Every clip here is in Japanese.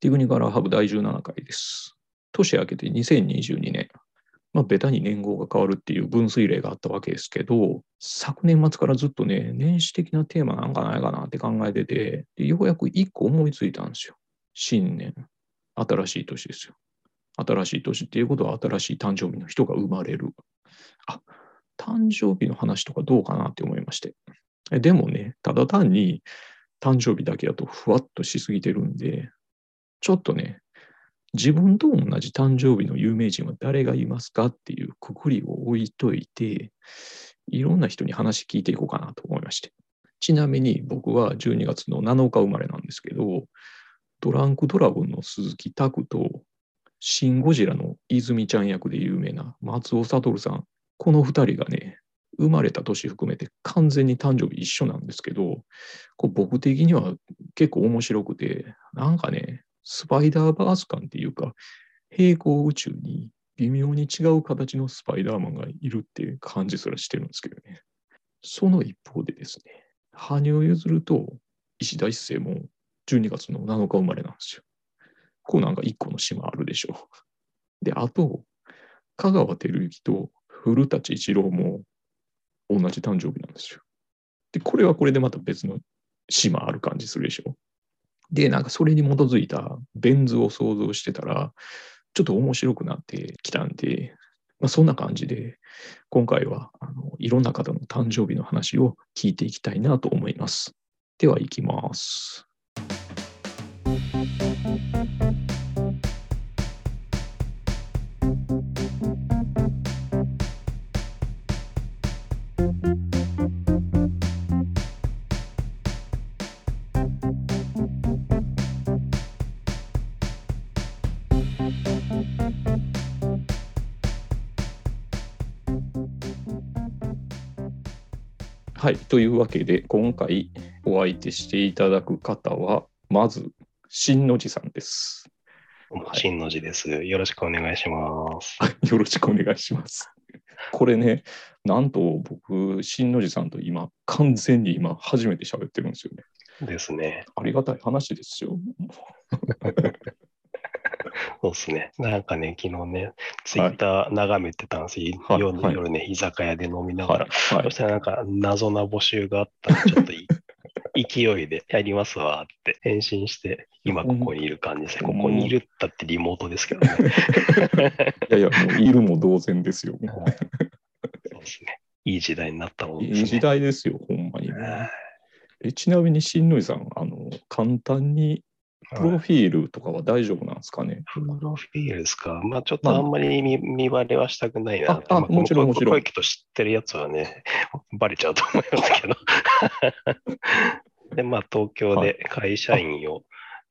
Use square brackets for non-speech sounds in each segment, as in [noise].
ティグニカラーハブ第17回です。年明けて2022年、まあ、ベタに年号が変わるっていう分水嶺があったわけですけど、昨年末からずっとね、年始的なテーマなんかないかなって考えてて、でようやく1個思いついたんですよ。新年、新しい年ですよ。新しい年っていうことは新しい誕生日の人が生まれる。あ、誕生日の話とかどうかなって思いまして。えでもね、ただ単に誕生日だけだとふわっとしすぎてるんで、ちょっとね、自分と同じ誕生日の有名人は誰がいますかっていうくくりを置いといて、いろんな人に話聞いていこうかなと思いまして。ちなみに僕は12月の7日生まれなんですけど、ドランクドラゴンの鈴木拓と、シン・ゴジラの泉ちゃん役で有名な松尾悟さん、この2人がね、生まれた年含めて完全に誕生日一緒なんですけど、こう僕的には結構面白くて、なんかね、スパイダーバース感っていうか、平行宇宙に微妙に違う形のスパイダーマンがいるっていう感じすらしてるんですけどね。その一方でですね、羽生結弦と石田一世も12月の7日生まれなんですよ。こうなんか一個の島あるでしょう。で、あと、香川照之と古舘一郎も同じ誕生日なんですよ。で、これはこれでまた別の島ある感じするでしょ。で、なんかそれに基づいたベン図を想像してたら、ちょっと面白くなってきたんで、まあ、そんな感じで、今回はあのいろんな方の誕生日の話を聞いていきたいなと思います。では、行きます。はい、というわけで、今回お相手していただく方は、まず、新の字さんです。新の字です。よろしくお願いします。よろしくお願いします。これね、なんと僕、新の字さんと今、完全に今、初めて喋ってるんですよね。ですね。ありがたい話ですよ。そうですね。なんかね、昨日ね、ツイッター眺めてたんですよ。はい夜はい夜ね、居酒屋で飲みながはら。い、はそいし、たらなんか謎な募集があったんで、ちょっとい [laughs] 勢いでやりますわって返信して、今ここにいる感じですね。うこんこにいるったってリモートですけどね。いやいや、も [laughs] ういるも同然ですよ。もそうですね。いい時代になったもうのいでいす時ね。代ですよ、ほんまに。えちなみに、新の字さん、あの、簡単に、プロはいフィールとかは大丈夫なんですかね。プロフィールですか。まあちょっとあんまり見見バレはしたくないなあ。あまもちろんこもちろんこここ行くと知ってるやつはね、 [laughs] バレちゃうと思いますけど。 [laughs] で、まあ東京で会社員を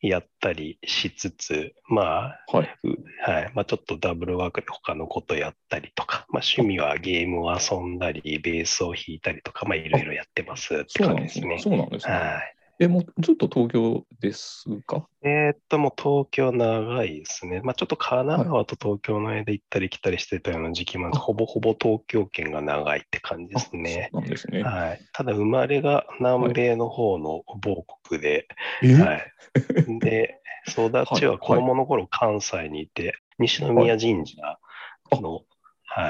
やったりしつつ、まあ、はい。うはい。まあちょっとダブルワークで他のことやったりとか、まあ趣味はゲームを遊んだり、ベースを弾いたりとか、まあいろいろやってますってそうな感んじでですすね。そね。うなんですね。はい。え、もうずっと東京ですかえーっと、もう東京長いですね。まあ、ちょっと神奈川と東京の間行ったり来たりしてたような時期まで、あほぼほぼ東京圏が長いって感じですね。あそうなんですね。はい。ただ、生まれが南米の方の某国で、えはい。 [laughs] で、育ちは子供の頃関西にいて、西宮神社の、はい、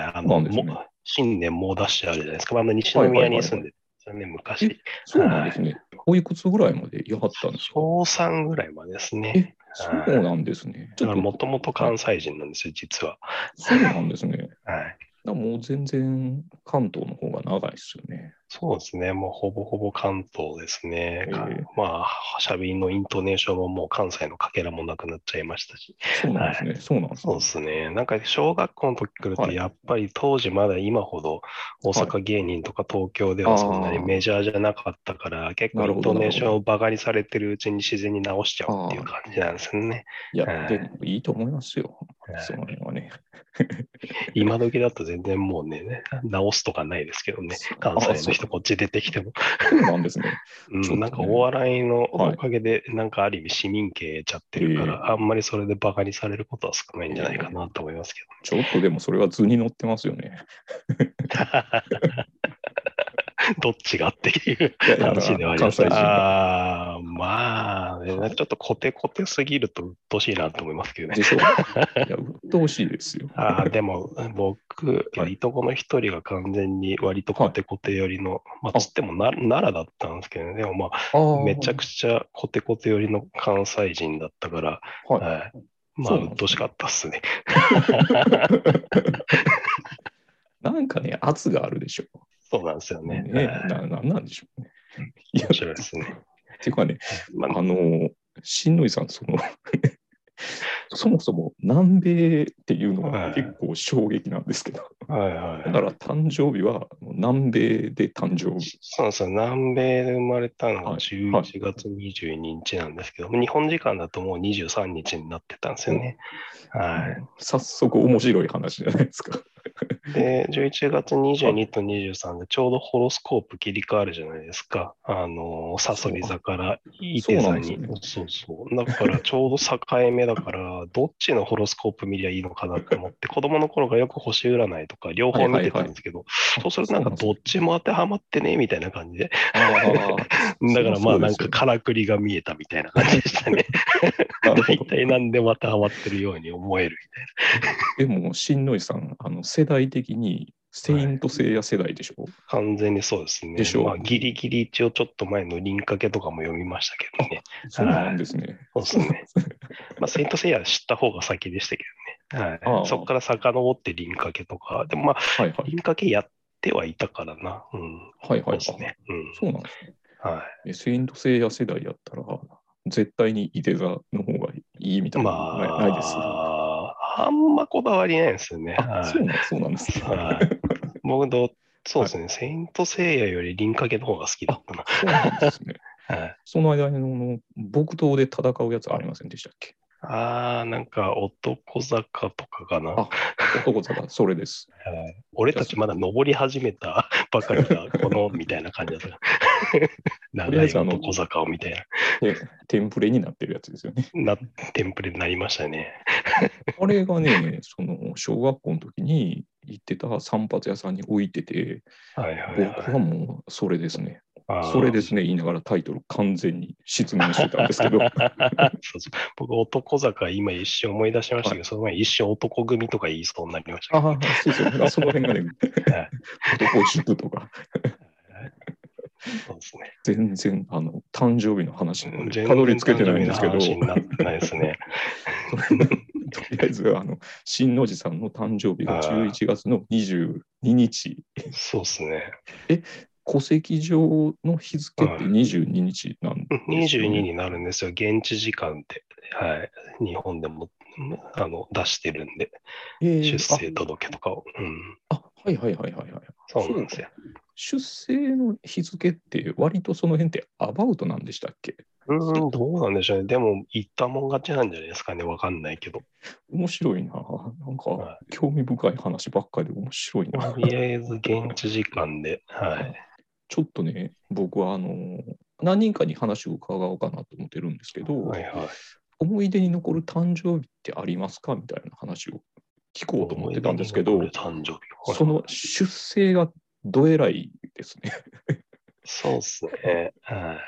あなの、んですねも新年猛ダッシュあるじゃないですか。まああの西はいはいはい宮に住んでたね、昔。そうなんですね。おいくつぐらいまでやがったんですか小3ぐらいまでですね。え、そうなんですね。だからもともと関西。西人なんですよ、実は。そうなんですね。だかはい。らもう全然関東の方が長いですよね。そうですね。もうほぼほぼ関東ですね。かへえまあ、しゃべりのイントネーションももう関西のかけらもなくなっちゃいましたし。そうなんですね。そうなんですそうねで。すね。なんか小学校の時来るはと、いやっぱり当時まだ今ほど大阪芸人とか東京ではそんなにメジャーじゃなかったから、結構なるイほンどトネーションをバカにされてるうちに自然に直しちゃうっていう感じなんですよね。いやは、いでもいいと思いますよ。はいその辺はね。今時だと全然もうね、直すとかないですけどねそう。関あ西そのう人こっち出てきても。そうなんですね。うちょっとねん、なんかお笑いのはいおかげで、なんかある意味市民権得ちゃってるから、あんまりそれでバカにされることは少ないんじゃないかなと思いますけ [laughs] ちょっとでもそれは図に乗ってますよね。ど。どっちがっていういやだから話ではあり関ます西人が。ああー、まあ、ねなんかちょっとコテコテすぎると鬱陶しいなと思いますけどねで。しょいや、鬱陶しいですよ。ああ、でも、僕、はいいとこの一人が完全に割とコテコテ寄りの、まあ、あつってもな奈良だったんですけどね、でもまあ、ああめちゃくちゃコテコテ寄りの関西人だったから、はいはい、まそあ、うなんですね鬱陶しかったっすね。なんかね、圧があるでしょ。そうなんですよね。ねはいななんなんでしょうね。いや、面白いですね。っていうかね、まああの、しんのいさん、その、 [laughs] そもそも南米っていうのが結構衝撃なんですけど、はいはいだから誕生日はもう南米で誕生日。そうなんですよ。南米で生まれたのはいが11月22日なんですけど、日本時間だともう23日になってたんですよね。は早速面白い話じゃないですか。い。で、11月22と23でちょうどホロスコープ切り替わるじゃないですか。あの、サソリ座からイテ座にそうなん。そうそう。だからちょうど境目だから、どっちのホロスコープ見りゃいいのかなと思って、 [laughs] 子供の頃がよく星占いとか両方見てたんですけど、そうするとなんかどっちも当てはまってね、みたいな感じで。あーだからまあなんそうですかよからくりが見えたみたいな感じでしたね。 [laughs] なるほ大ど体なんでまたハマってるように思えるでも、しんのいさん、あの世代的に、セイントセイヤ世代でしょ、完全にそうですね。でしょまあギリギリ一応ちょっと前の輪掛けとかも読みましたけ [laughs] どね。そうなんですね。そうですね。まあセイントセイヤ知った方が先でしたけどね。あはあい、そこから遡って輪掛けとか。でもまあはいはい輪。掛けやってはいたからな。うん。はいそうはい、ですね。うん。そうなんですねはえ。セイントセイヤ世代やったら、絶対にいて座の方がいいみたい。いまなのないないです。あ、あんまこだわりないですよね。あ、はいそうなんそうなんですね。はい。僕ど、そうですね、セイントセイヤより輪掛けの方が好きだったな。そうなんですね。はい、その間にあの、木刀で戦うやつありませんでしたっけああ、なんか男坂とかかな。あ男坂、それです。はい俺たちまだ登り始 [laughs] めたばかりだ、この、みたいな感じだった。長い男坂をみたいな、で、テンプレになってるやつですよね。な、テンプレになりましたね。あれがね、その、小学校の時に行ってた散髪屋さんに置いてて、はいはい僕はもうそれですね。はい。。それですすね、言いながらタイトル完全に失明してたんですけど [laughs] [laughs] そう、そう僕、男坂、今一瞬思い出しましたけど、その前に一瞬男組とか言いそうになりましたけどああ、そうそう、あその [laughs] 辺がねはい、男塾とか、そうですね。全然、あの、誕生日の話に全然たどり着けてないんですけど、誕と生日りの話になってないで [laughs] すね。あえず、あの、新のじさんの誕生日が11月の22日、そうですね。戸籍上の日付って22日なんでうんす22よねになるんですよ、現地時間で。はい。日本でもうんあの出してるんで、え出ー生届とかを。うん。ああはいはいはいはいはい。そうなんですよ。出生の日付って、割とその辺ってアバウトなんでしたっけうん、どうなんでしょうね。でも、言ったもん勝ちなんじゃないですかね。わかん [laughs] ないけど。面白いな。なんはか、興味深い話ばっかりで面白いな [laughs] と。りあえず、現地時間で。はい。ちょっとね、僕はあの何人かに話を伺おうかなと思ってるんですけど、はいはい。思い出に残る誕生日ってありますかみたいな話を聞こうと思ってたんですけど思、い出に残る誕生日。その出生がどえらいですね。そうですね。は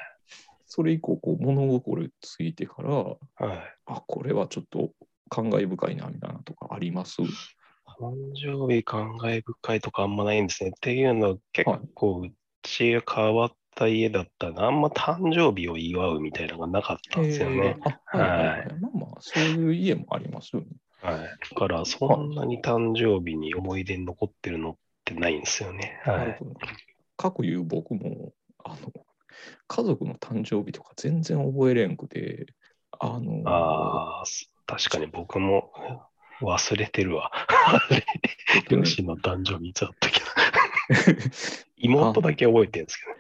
それ以降こう、物心ついてから、い。はい。あこれはちょっと感慨深いなみたいなとかあります。誕生日感慨深いとかあんまないんですね。っていうのは結構うちが変わった家だったらあんま誕生日を祝うみたいなのがなかったんですよね。あはいはいはい、まあまあ、そういう家もありますよね。はい、だからそんなに誕生日に思い出に残ってるのってないんですよね。はなるい、ほど。かくいう僕もあの家族の誕生日とか全然覚えれんくてあのああ、確かに僕も忘れてるわ。ちょっとね両親の誕生日いつだったっけど。 [laughs] 妹だけ覚えてるんですけどね。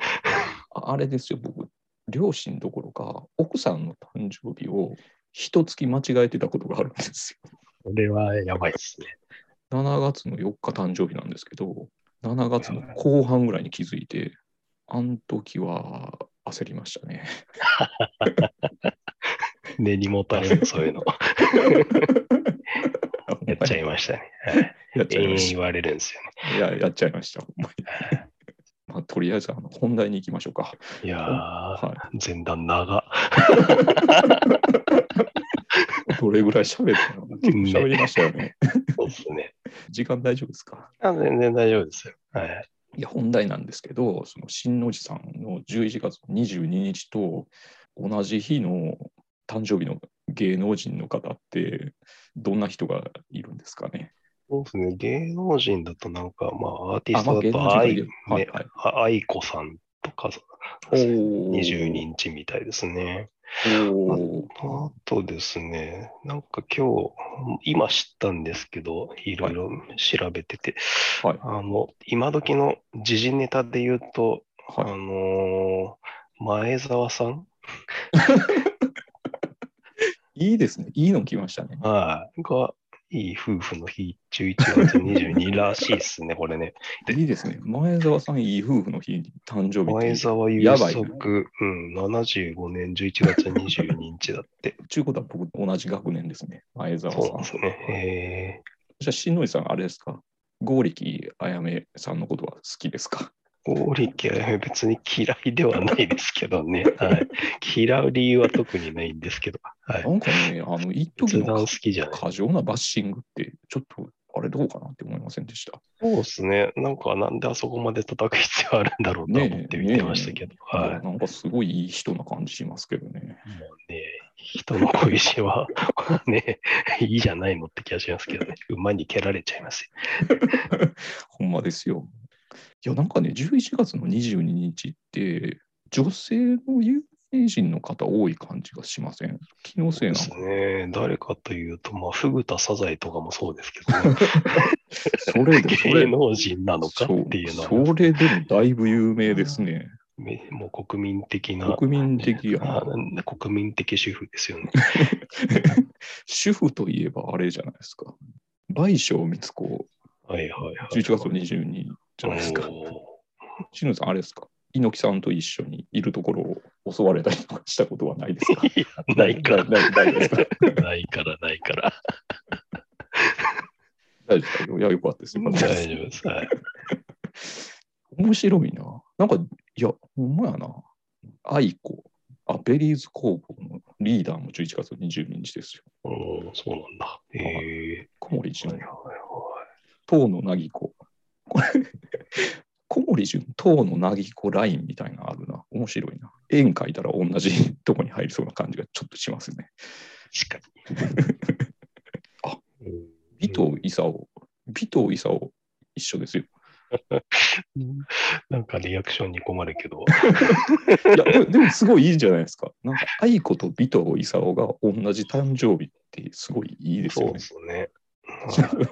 ああれですよ僕両親どころか奥さんの誕生日を一月間違えてたことがあるんですよ。これはやばいですね。 7月の4日誕生日なんですけど7月の後半ぐらいに気づいてあの時は焦りましたね。根にもたれるそうい [laughs] うの。 [laughs] やっちゃいましたね。はいやっちゃいま永遠し言われるんですよね。 [laughs] た。いややっちゃいました。ほんまにまあとりあえずあの本題に行きましょうか。いやー、は前段長。い、どれぐらい喋ったの [laughs] 結構喋りましたよね。そうですね。時間大丈夫ですかあ全然大丈夫ですよ。はい。いや、本題なんですけど、その新のじさんの11月22日と同じ日の誕生日の芸能人の方って、どんな人がいるんですかね。そうですね。芸能人だとなんか、まあ、アーティあ、スまあ、トだ芸能と人が愛、あいる。はいはい。愛子さんとか、お22ー日みたいですね。おーあとですね、なんか今日、今知ったんですけど、いろいろ調べてて、はいあの、今時の時事ネタで言うと、あはい。のー前澤さんいいですね。いいの来ましたね。はいが、いい夫婦の日、11月22らしいですね、こ [laughs] れね。でいいですね。前澤さん、いい夫婦の日に誕生日ってい前い。澤や友ばいな作、うん、75年11月22日だ [laughs] って。ちゅうことは僕、同じ学年ですね。前澤さん。そうなんですね。じゃあ、新のじさん、あれですか剛力あやめさんのことは好きですかえー、剛力あやめ別に嫌いではないですけど [laughs] ね。はい。嫌う理由は特にないんですけど。はいな。んかね、あの、一時別段の好きじゃない。過剰なバッシングって、ちょっと、あれどうかなって思いませんでした。そうですね。なんか、なんであそこまで叩く必要あるんだろうとは思って見てましたけど。はい。もなんかすごいいい人な感じしますけどね。うね、人の小石は、ね、 [laughs] いいじゃないのって気がしますけどね。馬に蹴られちゃいますよ。ほんまですよ。いや、なんかね、11月の22日って、女性の有名人の方多い感じがしません。気のせいなでのすか。ね。誰かというと、まあ、フグタサザエとかもそうですけど、ね、それ [laughs] で、そ芸れ能人なのかっていうのは、そうそれでもだいぶ有名ですね。めもう国民的な。国民的やあなんだ国民的主婦ですよ [laughs] ね。主婦といえばあれじゃないですか。倍賞光子、はいはいはい。 11月22日じゃないですか。おしのさん、あれですか。猪木さんと一緒にいるところを襲われたりとかしたことはないですか [laughs] ーいやないから、ないないですかないから、ないか大丈夫ら。ですかいや、よかったです。よか大ったです丈夫です。はい面白いな。なんか、いや、ほんまやな。愛子、あ、ベリーズ工房のリーダーも11月22日ですよ。おーそうなんだ。え小森ー。はい純はい、はい。東野なぎこ。これ、 [laughs] 小森純、東野なぎこラインみたいなのあるな。面白いな。円書いたら同じとこに入りそうな感じがちょっとしますね。確かあに。うん尾藤勲、尾藤勲、一緒 [laughs] ですよ。なんかリアクションに困るけど、いや、でもでもすごいいいじゃないですか。なんか、愛子と尾藤勲が同じ誕生日ってすごいいいですそうよでね。すね。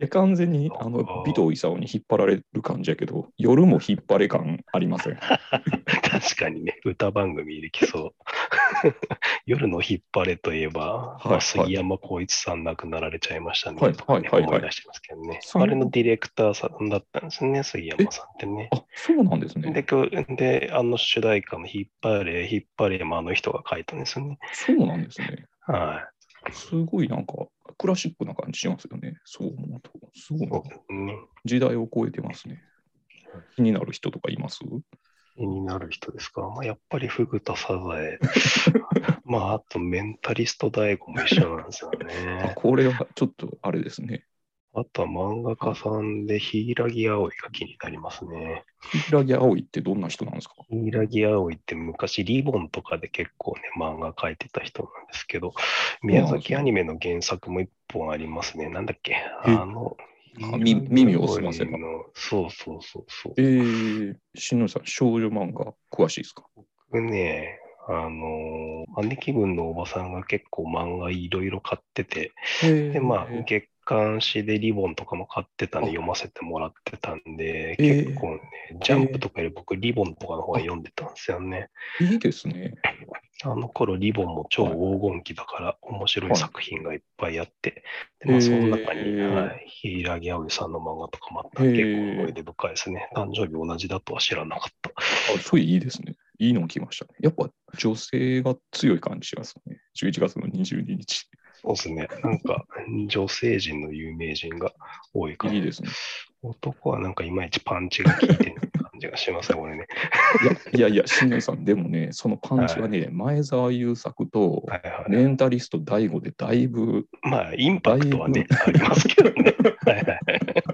いや完全にあのあ尾藤勲に引っ張られる感じやけど、夜も引っ張れ感ありま [laughs] せん。確かにね、歌番組できそう。 [laughs] 夜の引っ張れといえば、はいまはあい杉山浩一さん亡くなられちゃいましたね。はいとかねはいはいはい思い出してますけどね。そうあれのディレクターさんだったんですね、杉山さんってね。あ、そうなんですね。で、今日で、あの主題歌の引っ張れ、引っ張れもあの人が書いたんですよね。そうなんですね。はすごいなんかクラシックな感じしますよね。そう思うと。すごいい。なそうですね。時代を超えてますね。気になる人とかいます気になる人ですか、まあ、やっぱりフグタサザエ。 [laughs] まあ、あとメンタリスト大悟も一緒なんですよあね。これはちょっとあれですね。あとは漫画家さんで柊木葵が気になりますね。平木葵ってどんな人なんですか柊木葵って昔リボンとかで結構ね、漫画描いてた人なんですけ [laughs] ど、宮崎アニメの原作も一本ありますね。なんだっけあの、あみ耳をすませば柊木葵のそうそうそうそうえ。ー、しのりさん、少女漫画詳しいですか僕ね、あのー姉貴分のおばさんが結構漫画いろいろ買ってて、で、まあ、月刊誌でリボンとかも買ってたんで、あ読ませてもらってたんで、ええ結構ね、ジャンプとかより僕、リボンとかの方が読んでたんですよね。いいですね。あの頃、リボンも超黄金期だから、面白い作品がいっぱいあって、でまあ、その中に、ええはい、柊葵さんの漫画とかもあったんで、ええ結構思い出深いですね。誕生日同じだとは知らなかった。あ、そういいですね。いいの来ましたね。やっぱ女性が強い感じしますね。11月の22日。そうですね。なんか、女性陣の有名人が多いから、いいですね。男はなんかいまいちパンチが効いてない感じじがしますね、こ [laughs] れね。いやいやいや、新内さん、でもね、そのパンチはね、前澤友作とはいはいレンタリスト大悟でだいぶ、まあ、インパクトはね、ありますけどね。はいはい [laughs]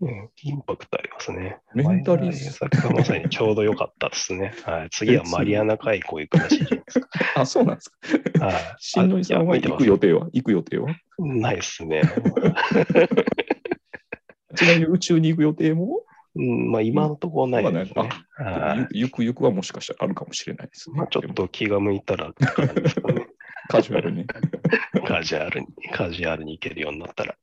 うんインパクトありますね。レンタリスト。がまさにちょうど良かったですね。はい、次はマリアナ海溝行くらしいじゃないですか。ト、 [laughs] あ、そうなんですか。はい、新内さんは行く予定は行く予定はあいや見てますないですね。ちなみに宇宙に行く予定もうん、まあ、今のところないですね。はいゆゆくゆくはもしかしたらあるかもしれないですね。まあ、ちょでっもと気が向いたら、カジュアルに。カジュアルに、カジュアルに行けるようになったら。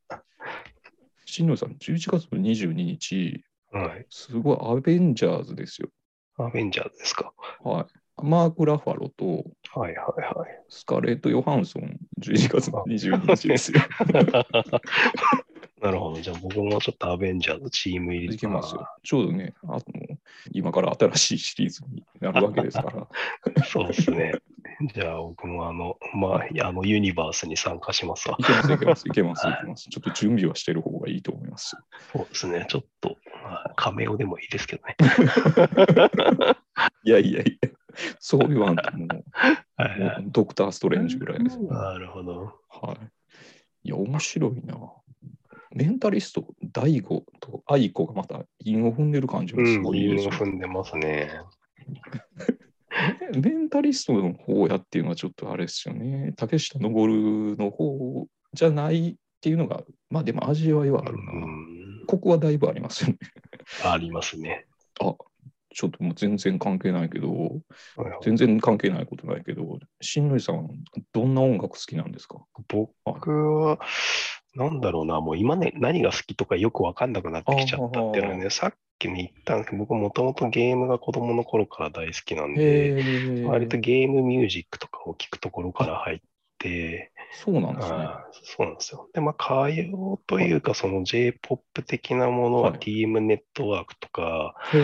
新野さん、11月22日、はい。すごいアベンジャーズですよ。アベンジャーズですか。はい。マーク・ラファロとはいはいはい。スカレット・ヨハンソン、11月22日ですよ。なるほど。じゃあ僕もちょっとアベンジャーズチーム入りいけますよ。ちょうどね、あの、今から新しいシリーズになるわけですから。そうですね。じゃあ僕もあの、まあいや、あのユニバースに参加しますわ。いけます、いけます、いけます、いけます。ちょっと準備はしてる方がいいと思います。そうですね。ちょっと、まあ、カメオでもいいですけどね。いやいやいや、そう言わんとも、はいうもはうドクター・ストレンジぐらいです。い。なるほど。はい。いや、面白いな。メンタリスト、大悟と愛子がまた韻を踏んでる感じうがすん、ごいいいで韻すをよ踏んでますね。ねメンタリストの方やっていうのはちょっとあれですよね。竹下登の方じゃないっていうのが、まあでも味わいはあうるな。ん、ここはだいぶありますよね。 [laughs] ありますね。あちょっともう全然関係ないけど、はいはい全然関係ないことないけど、新類さん、どんな音楽好きなんですか僕は、なんだろうな、もう今ね、何が好きとかよく分かんなくなってきちゃったっていうのはあね、さっきも言ったんですけど、僕もともとゲームが子供の頃から大好きなんで、へえ、割とゲームミュージックとかを聞くところから入って、そうなんですね。あーそうなんですよ。で、まあ、歌謡というか、その J-POP 的なものははい TM ネットワークとか、へ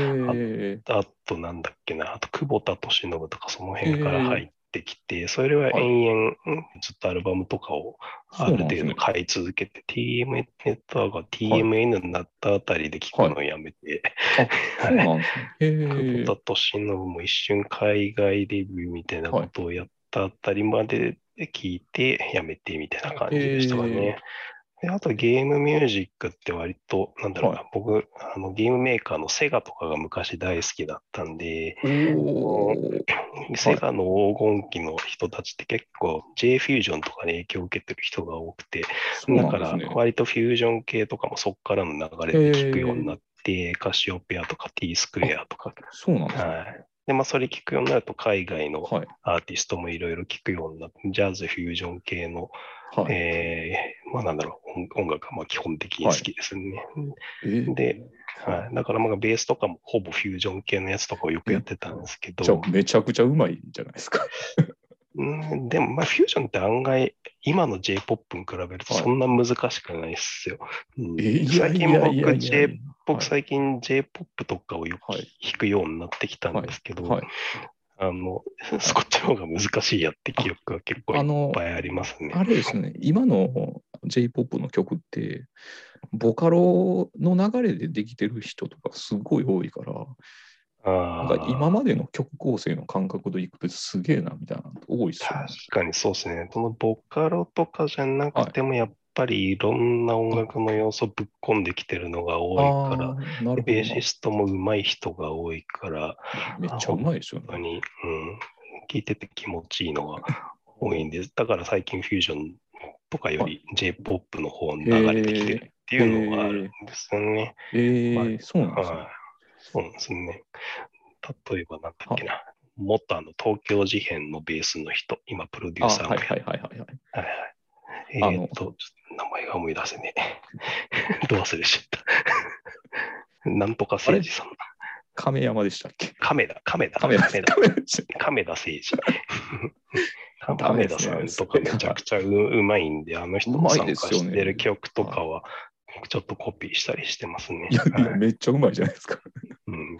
え、あとなんだっけな、あと久保田利信とかその辺から入ってきて、それは延々、ずっとアルバムとかをそあうるなんです程ね度買い続けて、TM ネットワークが TMN になったあたりで聞くのをやめて、そうなんですね。へえ久、保田利信も一瞬海外デビューみたいなことをやったあたりまで聞いてやめてみたいな感じでしたかね。であとゲームミュージックって割と、なんだろうな、僕あの、ゲームメーカーのセガとかが昔大好きだったんで、おーセガの黄金期の人たちって結構 J フュージョンとかに影響を受けてる人が多くて、そうだなんかですらね。割とフュージョン系とかもそっからの流れで聞くようになって、カシオペアとか T スクエアとかそうなんですね。はい。で、まあ、それ聞くようになると、海外のはい。アーティストもいろいろ聞くようになって、ジャズ、フュージョン系の、はい。えーまあ、なんだろう、音音楽がまあ基本的に好きですね。えーで、はい。だから、まあ、ベースとかもほぼフュージョン系のやつとかをよくやってたんですけじゃどあ、めちゃくちゃうまいじゃないです [laughs] か。うん、でも、まあ、フュージョンって案外、今の J-POP に比べるとはいそんな難しくないっすよ。うんえーいや最い近やいや僕、い J や。僕最近 J-POP とかをよくはい弾くようになってきたんですけど、はい。あの、 [laughs] こっちの方が難しいやって記憶が結構あいっの、ぱいありますね。あれですね、今の J-POP の曲って、ボカロの流れでできてる人とかすごい多いから、なんあかー今までの曲構成の感覚でいくとすげえなみたいなの多いですよね確。かにそうですね。そのボカロとかじゃなくても、やっぱりいろんな音楽の要素ぶっ込んできてるのが多いから、あーなるほどベーシストも上手い人が多いから、な。めっちゃうまいですよ本当ね。に、うん、聞いてて気持ちいいのが多いんです。だから最近フュージョンとかより J-POP の方に流れてきてるっていうのがあるんですよね。えー、そうなんですね。はい。そうなんですね。例えば、なんだっけな。もっとあの東京事変のベースの人、今プロデュあーサーはもいやはいはいはいはい。はいはいあのえーっと、ちょっと名前が思い出せねえ。 [laughs] どう忘れしちゃ [laughs] った。なんとか誠治さん。亀山でしたっけ亀田、亀田、亀山亀田、亀山でしたっけ亀田誠治。ダメ亀で田すねさんとかめちゃくちゃううまいんで、あの人もうま参いで加すよねしてる曲とかは、ちょっとコピーしたりしてますね。いやいはや、いめっちゃうまいじゃないですか。うん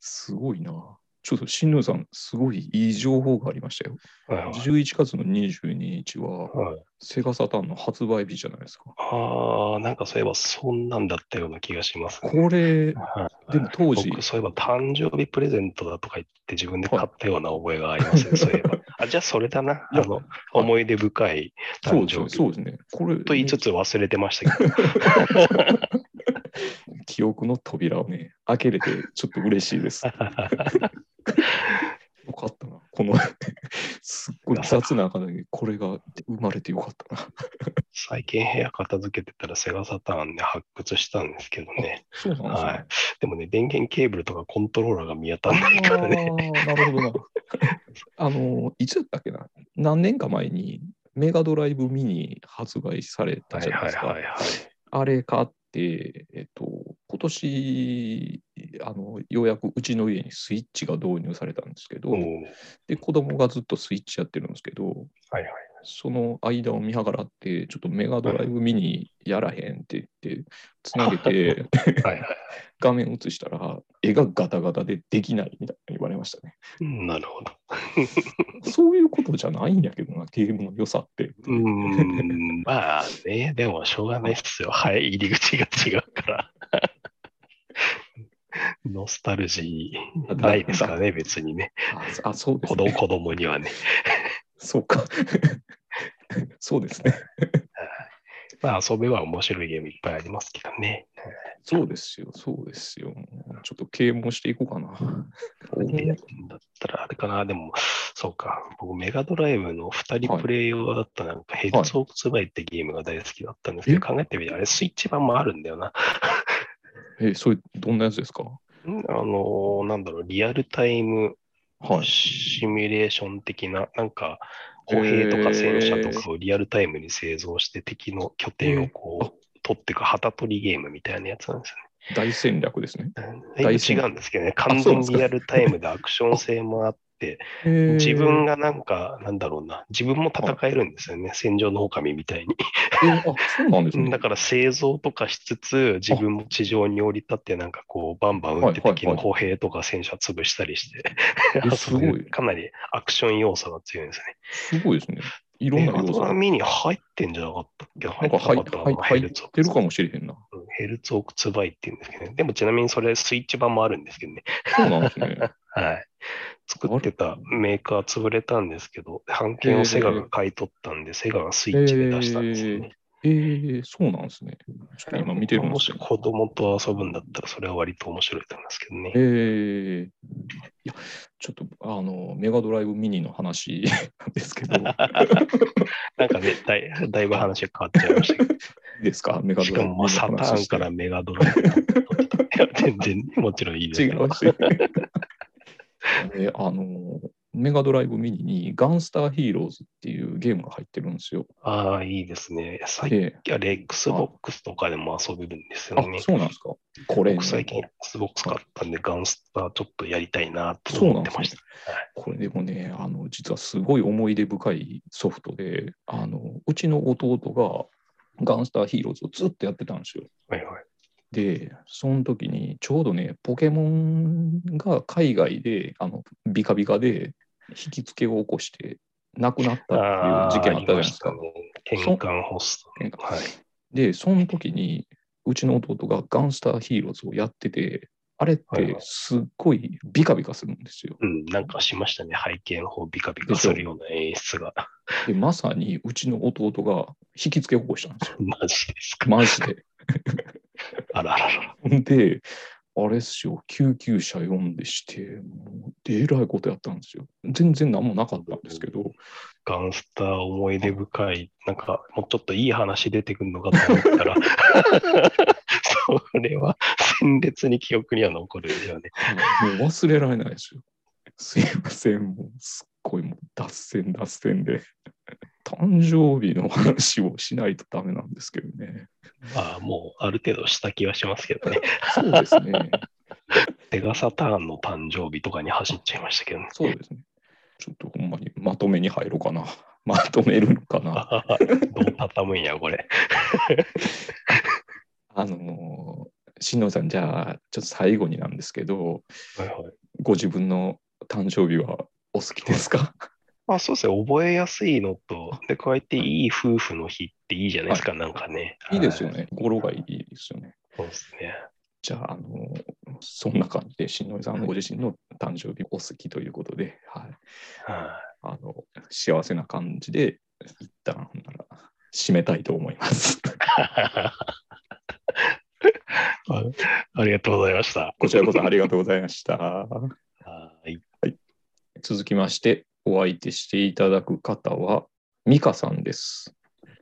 すごいな。ちょっと新宮さん、すごいいい情報がありましたよ。はいはい11月の22日は、はいセガサターンの発売日じゃないですか。ああ、なんかそういえばそんなんだったような気がしますね。これ、はいでも当時、僕、そういえば誕生日プレゼントだとか言って自分で買ったような覚えがありますね、そういえば。あ、じゃあそれだな。あいやの、思い出深いそう誕です生ね、日そうですね。これ、と言いつつ忘れてましたけど。記憶の扉をね、開けれてちょっと嬉しい [laughs] です。よかったな。この、 [laughs] すっごい雑な中で、これが生まれてよかったな。最近部屋片付けてたらセガサターンで発掘したんですけどね。そうなんですね。はい。でもね、電源ケーブルとかコントローラーが見当たらないからね。あーなるほどな。あの、いつだったっけな何年か前にメガドライブミニ発売されたはじいゃないではいすか。はいはい。あれ買って、えっと、今年あの、ようやくうちの家にスイッチが導入されたんですけど、おーで、子供がずっとスイッチやってるんですけど、はいはい。その間を見計らって、ちょっとメガドライブミニやらへんって言って、つなげ [laughs] てはいはい。画面映したら、絵がガタガタでできないみたいに言われましたね。うんなるほど。そういうことじゃないんやけどな、ゲームの良さって。うーん、まあね、でもしょうがないっすよ。はい、入り口が違うから。 [laughs] ノスタルジーないですからね、別にね。あ、そうで子す供ね。子供にはね。そうか。 [laughs] そうですね。まあ遊べば面白いゲームいっぱいありますけどね。そうですよ、そうですよ。ちょっと啓蒙していこうかな。でだったらあれかな、でも、そうか。僕、メガドライブの2人はいプレイ用だったなんか、ヘッズオブツバイってゲームが大好きだったんですけど、考えてみたら、あれスイッチ版もあるんだよな。え、それ、どんなやつですかんあのーなんだろう、リアルタイムはい。シミュレーション的な、なんか、歩兵とか戦車とかをリアルタイムに製造して、敵の拠点をこう、取っていく旗取りゲームみたいなやつなんです大戦略ですね。よね。大だいぶ違戦うんですけどね、あ完そうなんで全にすかリアルタイムでアクション性もあって、自分がなんか、なんだろうな、自分も戦えるんですよね、戦場の狼みたいに。えーあ、そうなんですね。だから製造とかしつつ、自分も地上に降り立って、なんかこう、バンバン撃ってはいはいはい敵の歩兵とか戦車潰したりしてえ、す [laughs] ごい遊ぶかなりアクション要素が強いんですね。すごいですね。いろんメなガ要ド素ラが。ミニ入ってんじゃなかったっけなんか入なっかった入なっヘ入ルっツオてるかもしれへんな。クヘルツオクツバイって言うんですけどね。でもちなみにそれスイッチ版もあるんですけどね。そうなんですね。 [laughs] はい。作ってたメーカー潰れたんですけど、版権をセガが買い取ったんで、セガがスイッチで出したんですよね。えー、そうなんですね。ちょっと今見てるんでもすしけど。子供と遊ぶんだったら、それは割と面白いと思いますけどね。ええいや、ちょっと、あの、メガドライブミニの話 [laughs] なんですけど、いなんかね、だいだいぶ話が変わっちゃいまし [laughs] たけいです [laughs] かメガど、しドかライブミニものサタ話ーンしてからメガドライブ。いや全然、もちろんいいです違けどう。し。 [laughs] であの、メガドライブミニにガンスターヒーローズっていうゲームが入ってるんですよ。ああ、いいですね。最近で、は XBOX とかでも遊べるんですよあ、ね。そうなんですかこれ、ね僕、最近 XBOX 買ったんで、ガンスターちょっとやりたいなってそう思なっんてですまねした。これでもね、あの、実はすごい思い出深いソフトで、あの、うちの弟がガンスターヒーローズをずっとやってたんですよ。はいはい。で、その時にちょうどね、ポケモンが海外であのビカビカで引き付けを起こして亡くなったっていう事件あったじゃないですか。ありましたね。転換ホス喧ト。嘩はい。で、その時にうちの弟がガンスターヒーローズをやってて、あれっはいてはいすっごいビカビカするんですよ。うん、なんかしましたね。背景の方ビカビカするような演出が。 [laughs] で、まさにうちの弟が引き付けを起こしたんですよ。マジですか。マジで。 [laughs] あらあらあら。で、あれっすよ、救急車呼んでして、もうでえらいことやったんですよ。全然何もなかったんですけど、ガンスター思い出深い、なんかもうちょっといい話出てくるのかと思ったら、それは鮮烈に記憶には残るんですよね。もう忘れられないですよ。すいません、もうすっごいもう脱線脱線で。誕生日の話をしないとダメなんですけどね。まあもうある程度した気はしますけどね。そうですね。セガサターンの誕生日とかに走っちゃいましたけどね。そうですね。ちょっとほんまにまとめに入ろうかな。まとめるのかな。あははどう畳むんや、これ。あのー、しのさん、じゃあ、ちょっと最後になんですけど、はいはいご自分の誕生日はお好きですかまあそうですね、覚えやすいのと、で、加えていい夫婦の日っていいじゃないですか、なんかね。いいですよは。ね。語呂がいいですよね。そうですね。じゃあ、あの、そんな感じで、新野さんご自身の誕生日お好きということで、はい。はあの、幸せな感じで、一旦、ほんなら、締めたいと思い [laughs] ます。 [laughs] いあ [laughs] ありがとうございました。こちらこそありがとうございました。はい。続きまして、お相手していただく方は、ミカさんです。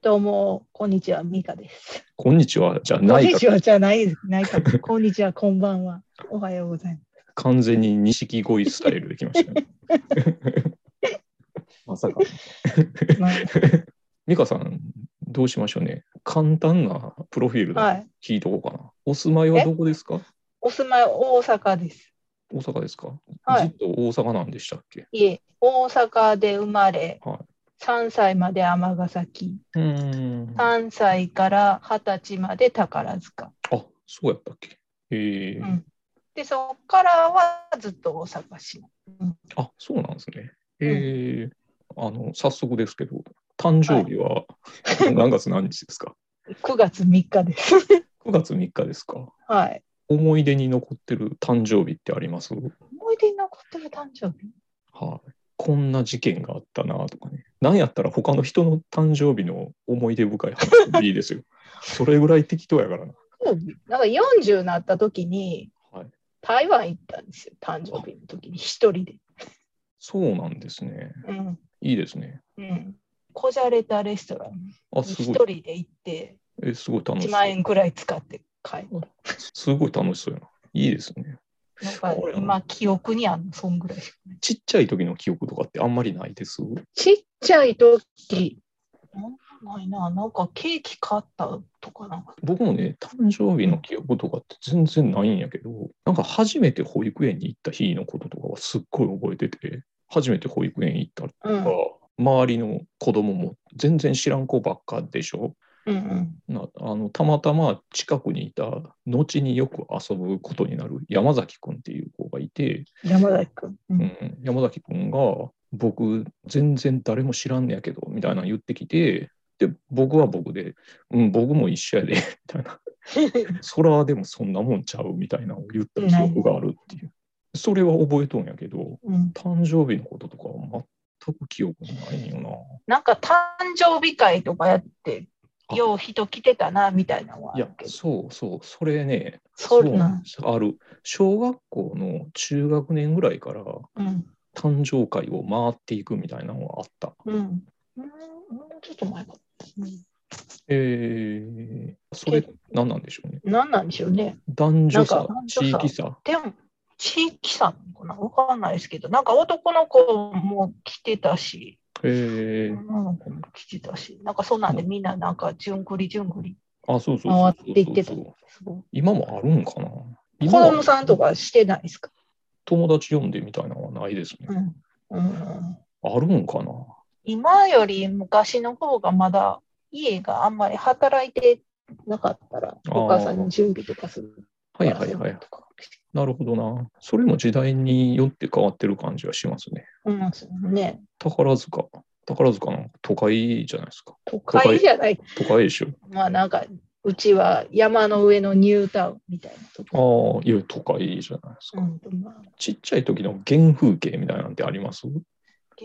どうも、こんにちは、ミカです。こんにちは。じゃこなんいにかちはじゃないです。ないかも。 [laughs] こんにちは、こんばんは。おはようございます。完全に錦鯉スタイルできましたね。 [laughs] まさか。ま美香さん、どうしましょうね。簡単なプロフィールではい聞いとこうかな。お住まいはどこですかお住まい大阪です。大阪ですか、はずいっ。と大阪なんでしたっけいえ、大阪で生まれ、は3歳まで尼崎、うーん。あ、 3歳から20歳まで宝塚。そうやったっけええうんで、そこからはずっと大阪市。あ、そうなんですね。ええあの、早速ですけど、誕生日は [laughs] 何月何日ですか、 9月3日です。 ?9 月3日ですかはい。思い出に残ってる誕生日ってあります思い出に残ってる誕生日はい、こんな事件があったなとかね。なんやったら他の人の誕生日の思い出深い話でいいです [laughs] よ。それぐらい適当やからな。なんか40になった時に、はい台湾行ったんですよ、誕生日の時に、一人で。そうなんですね。うん。いいですね。うんこじゃれたレストランにあ、す一ごい人。で行ってえ、すごい楽し1そ万う。円くらい使って帰るすごい楽しそうやな。いいですね。なんかこれは今記憶にあんのそんぐらいしかないちっちゃい時の記憶とかってあんまりないです。ちっちゃい時なんないななんかケーキ買ったとかなんか僕もね、誕生日の記憶とかって全然ないんやけど、なんか初めて保育園に行った日のこととかはすっごい覚えてて、初めて保育園行ったうんが周りの子供も全然知らん子ばっかでしょうんうんなあのたまたま近くにいた後によく遊ぶことになる山崎くんっていう子がいて、山崎君ううんん、山崎くんが「僕全然誰も知らんねやけど」みたいなの言ってきてで僕は僕で「うん僕も一緒やで」み [laughs] たいな「そらでもそんなもんちゃう」みたいなのを言った記憶があるっていうそれは覚えとんやけど [laughs] うん誕生日のこととかは全く記憶にないんよな。なんか誕生日会とかやってあよう人来てたなみたいなのはいあやるけ、どそうそう、それね、そうんなんなですある、小学校の中学年ぐらいからうん誕生会を回っていくみたいなのはあった。うんうんもうちょっと前かうんえー、それけ何なんでしょうね。何なんでしょうね男女なん差か、男地女差域差。でも、地域差なのかなわかんないですけど、なんか男の子も来てたし、えー、女の子も来てたし、なんかそんなんでみんななんかじゅんぐりじゅんぐり。あ、そうそうそうそう回っていってたそうすごい今もあるんかな子今は供さんとかしてないですか友達呼んでみたいなのはないですねう。ん。うん、あるんかな今より昔の方がまだ家があんまり働いてなかったら、あーお母さんに準備とかするはかいら。はいはい。とかなるほどな。それも時代によって変わってる感じはしますね。うん、そうね。宝塚。宝塚なんか都会じゃないですか。都会会じゃない。都会でしょ。まあなんか、うちは山の上のニュータウンみたいなとこ。ああ、いや、都会じゃないですか。うん、まあちっちゃい時の原風景みたいなんてあります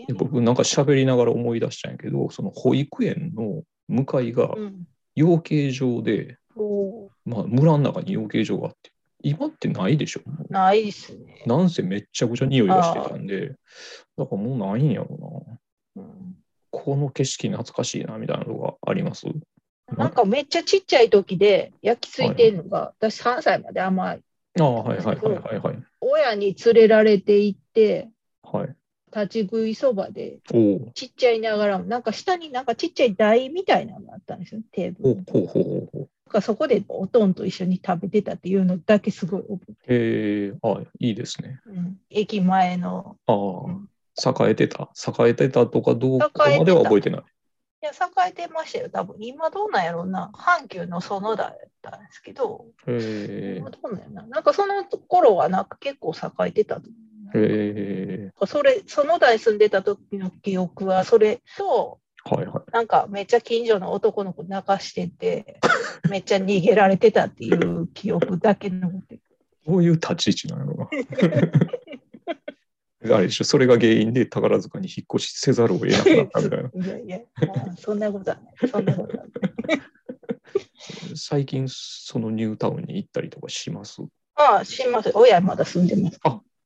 で僕なんか喋りながら思い出したんやけど、その保育園の向かいがうん、養鶏場で、おーまあ村の中に養鶏場があって、今ってないでしょ。ないですね。なんせめっちゃくちゃ匂いがしてたんで、だからもうないんやろな。うんこの景色懐かしいなみたいなのがあります。なんかめっちゃちっちゃい時で焼き付いてるのが、私3歳まであんまりああ、はいはいはいはいはい。親に連れられて行ってはい、立ち食いそばでおお。ちっちゃいながらもなんか下になんかちっちゃい台みたいなのがあったんですよテーブほルうほうほうほうほう。なんかそこでおとんと一緒に食べてたっていうのだけすごい覚えてええあいいですね。る、うん、駅前のああ、ん栄えてた。栄えてたとかどうかまでは覚えてない。いや栄えてましたよ多分今どうなんやろうな阪急の園田やったんですけどへえどうなんやろななんかその頃はなんか結構栄えてたと思うなえそれ、その代住んでた時の記憶は、それと、ー、はいはい。なんかめっちゃ近所の男の子泣かしてて、めっちゃ逃げられてたっていう記憶だけの。どういう立ち位置なのか [laughs] な。あれでしょ、それが原因で宝塚に引っ越しせざるを得なくなったみたいな。いやいや、もうそんなことはない。そんなことはない。最近、そのニュータウンに行ったりとかします。ああ、します。親まだ住んでます。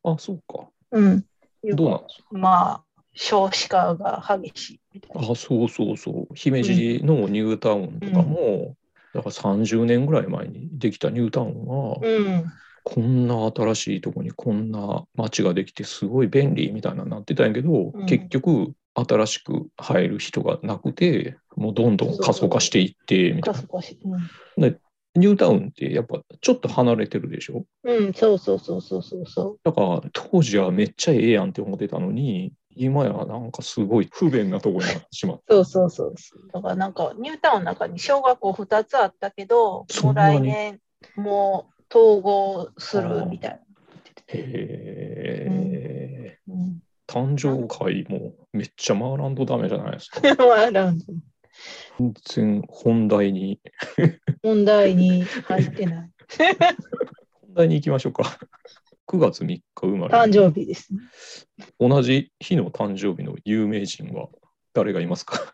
あ、そうか。うん。どうなんですまあ、少子化が激しいみたいな。かあ、そうそうそう。姫路のニュータウンとかも、だから30年ぐらい前にできたニュータウンは、うん。こんな新しいとこにこんな街ができてすごい便利みたいなのになってたんやけど、うん結局新しく入る人がなくてもうどんどん過疎化していってみたいなかそかし。うんニュータウンってやっぱちょっと離れてるでしょうん、そうそうそうそうそうそだから当時はめっちゃええやんって思ってたのに今やなんかすごい不便なとこになってしまっう。そうそうそうそう。だからなんか、ニュータウンの中に小学校2つあったけど、そもうんなに来年、もう統合するみたいてへ [laughs] え、な。 [laughs] うん。誕生会もめっちゃ回らんとダメじゃないですか笑う全然本題に問題に入ってない。本題に行きましょうか [laughs] 9月3日生まれ誕生日ですね。同じ日の誕生日の有名人は誰がいます [laughs] か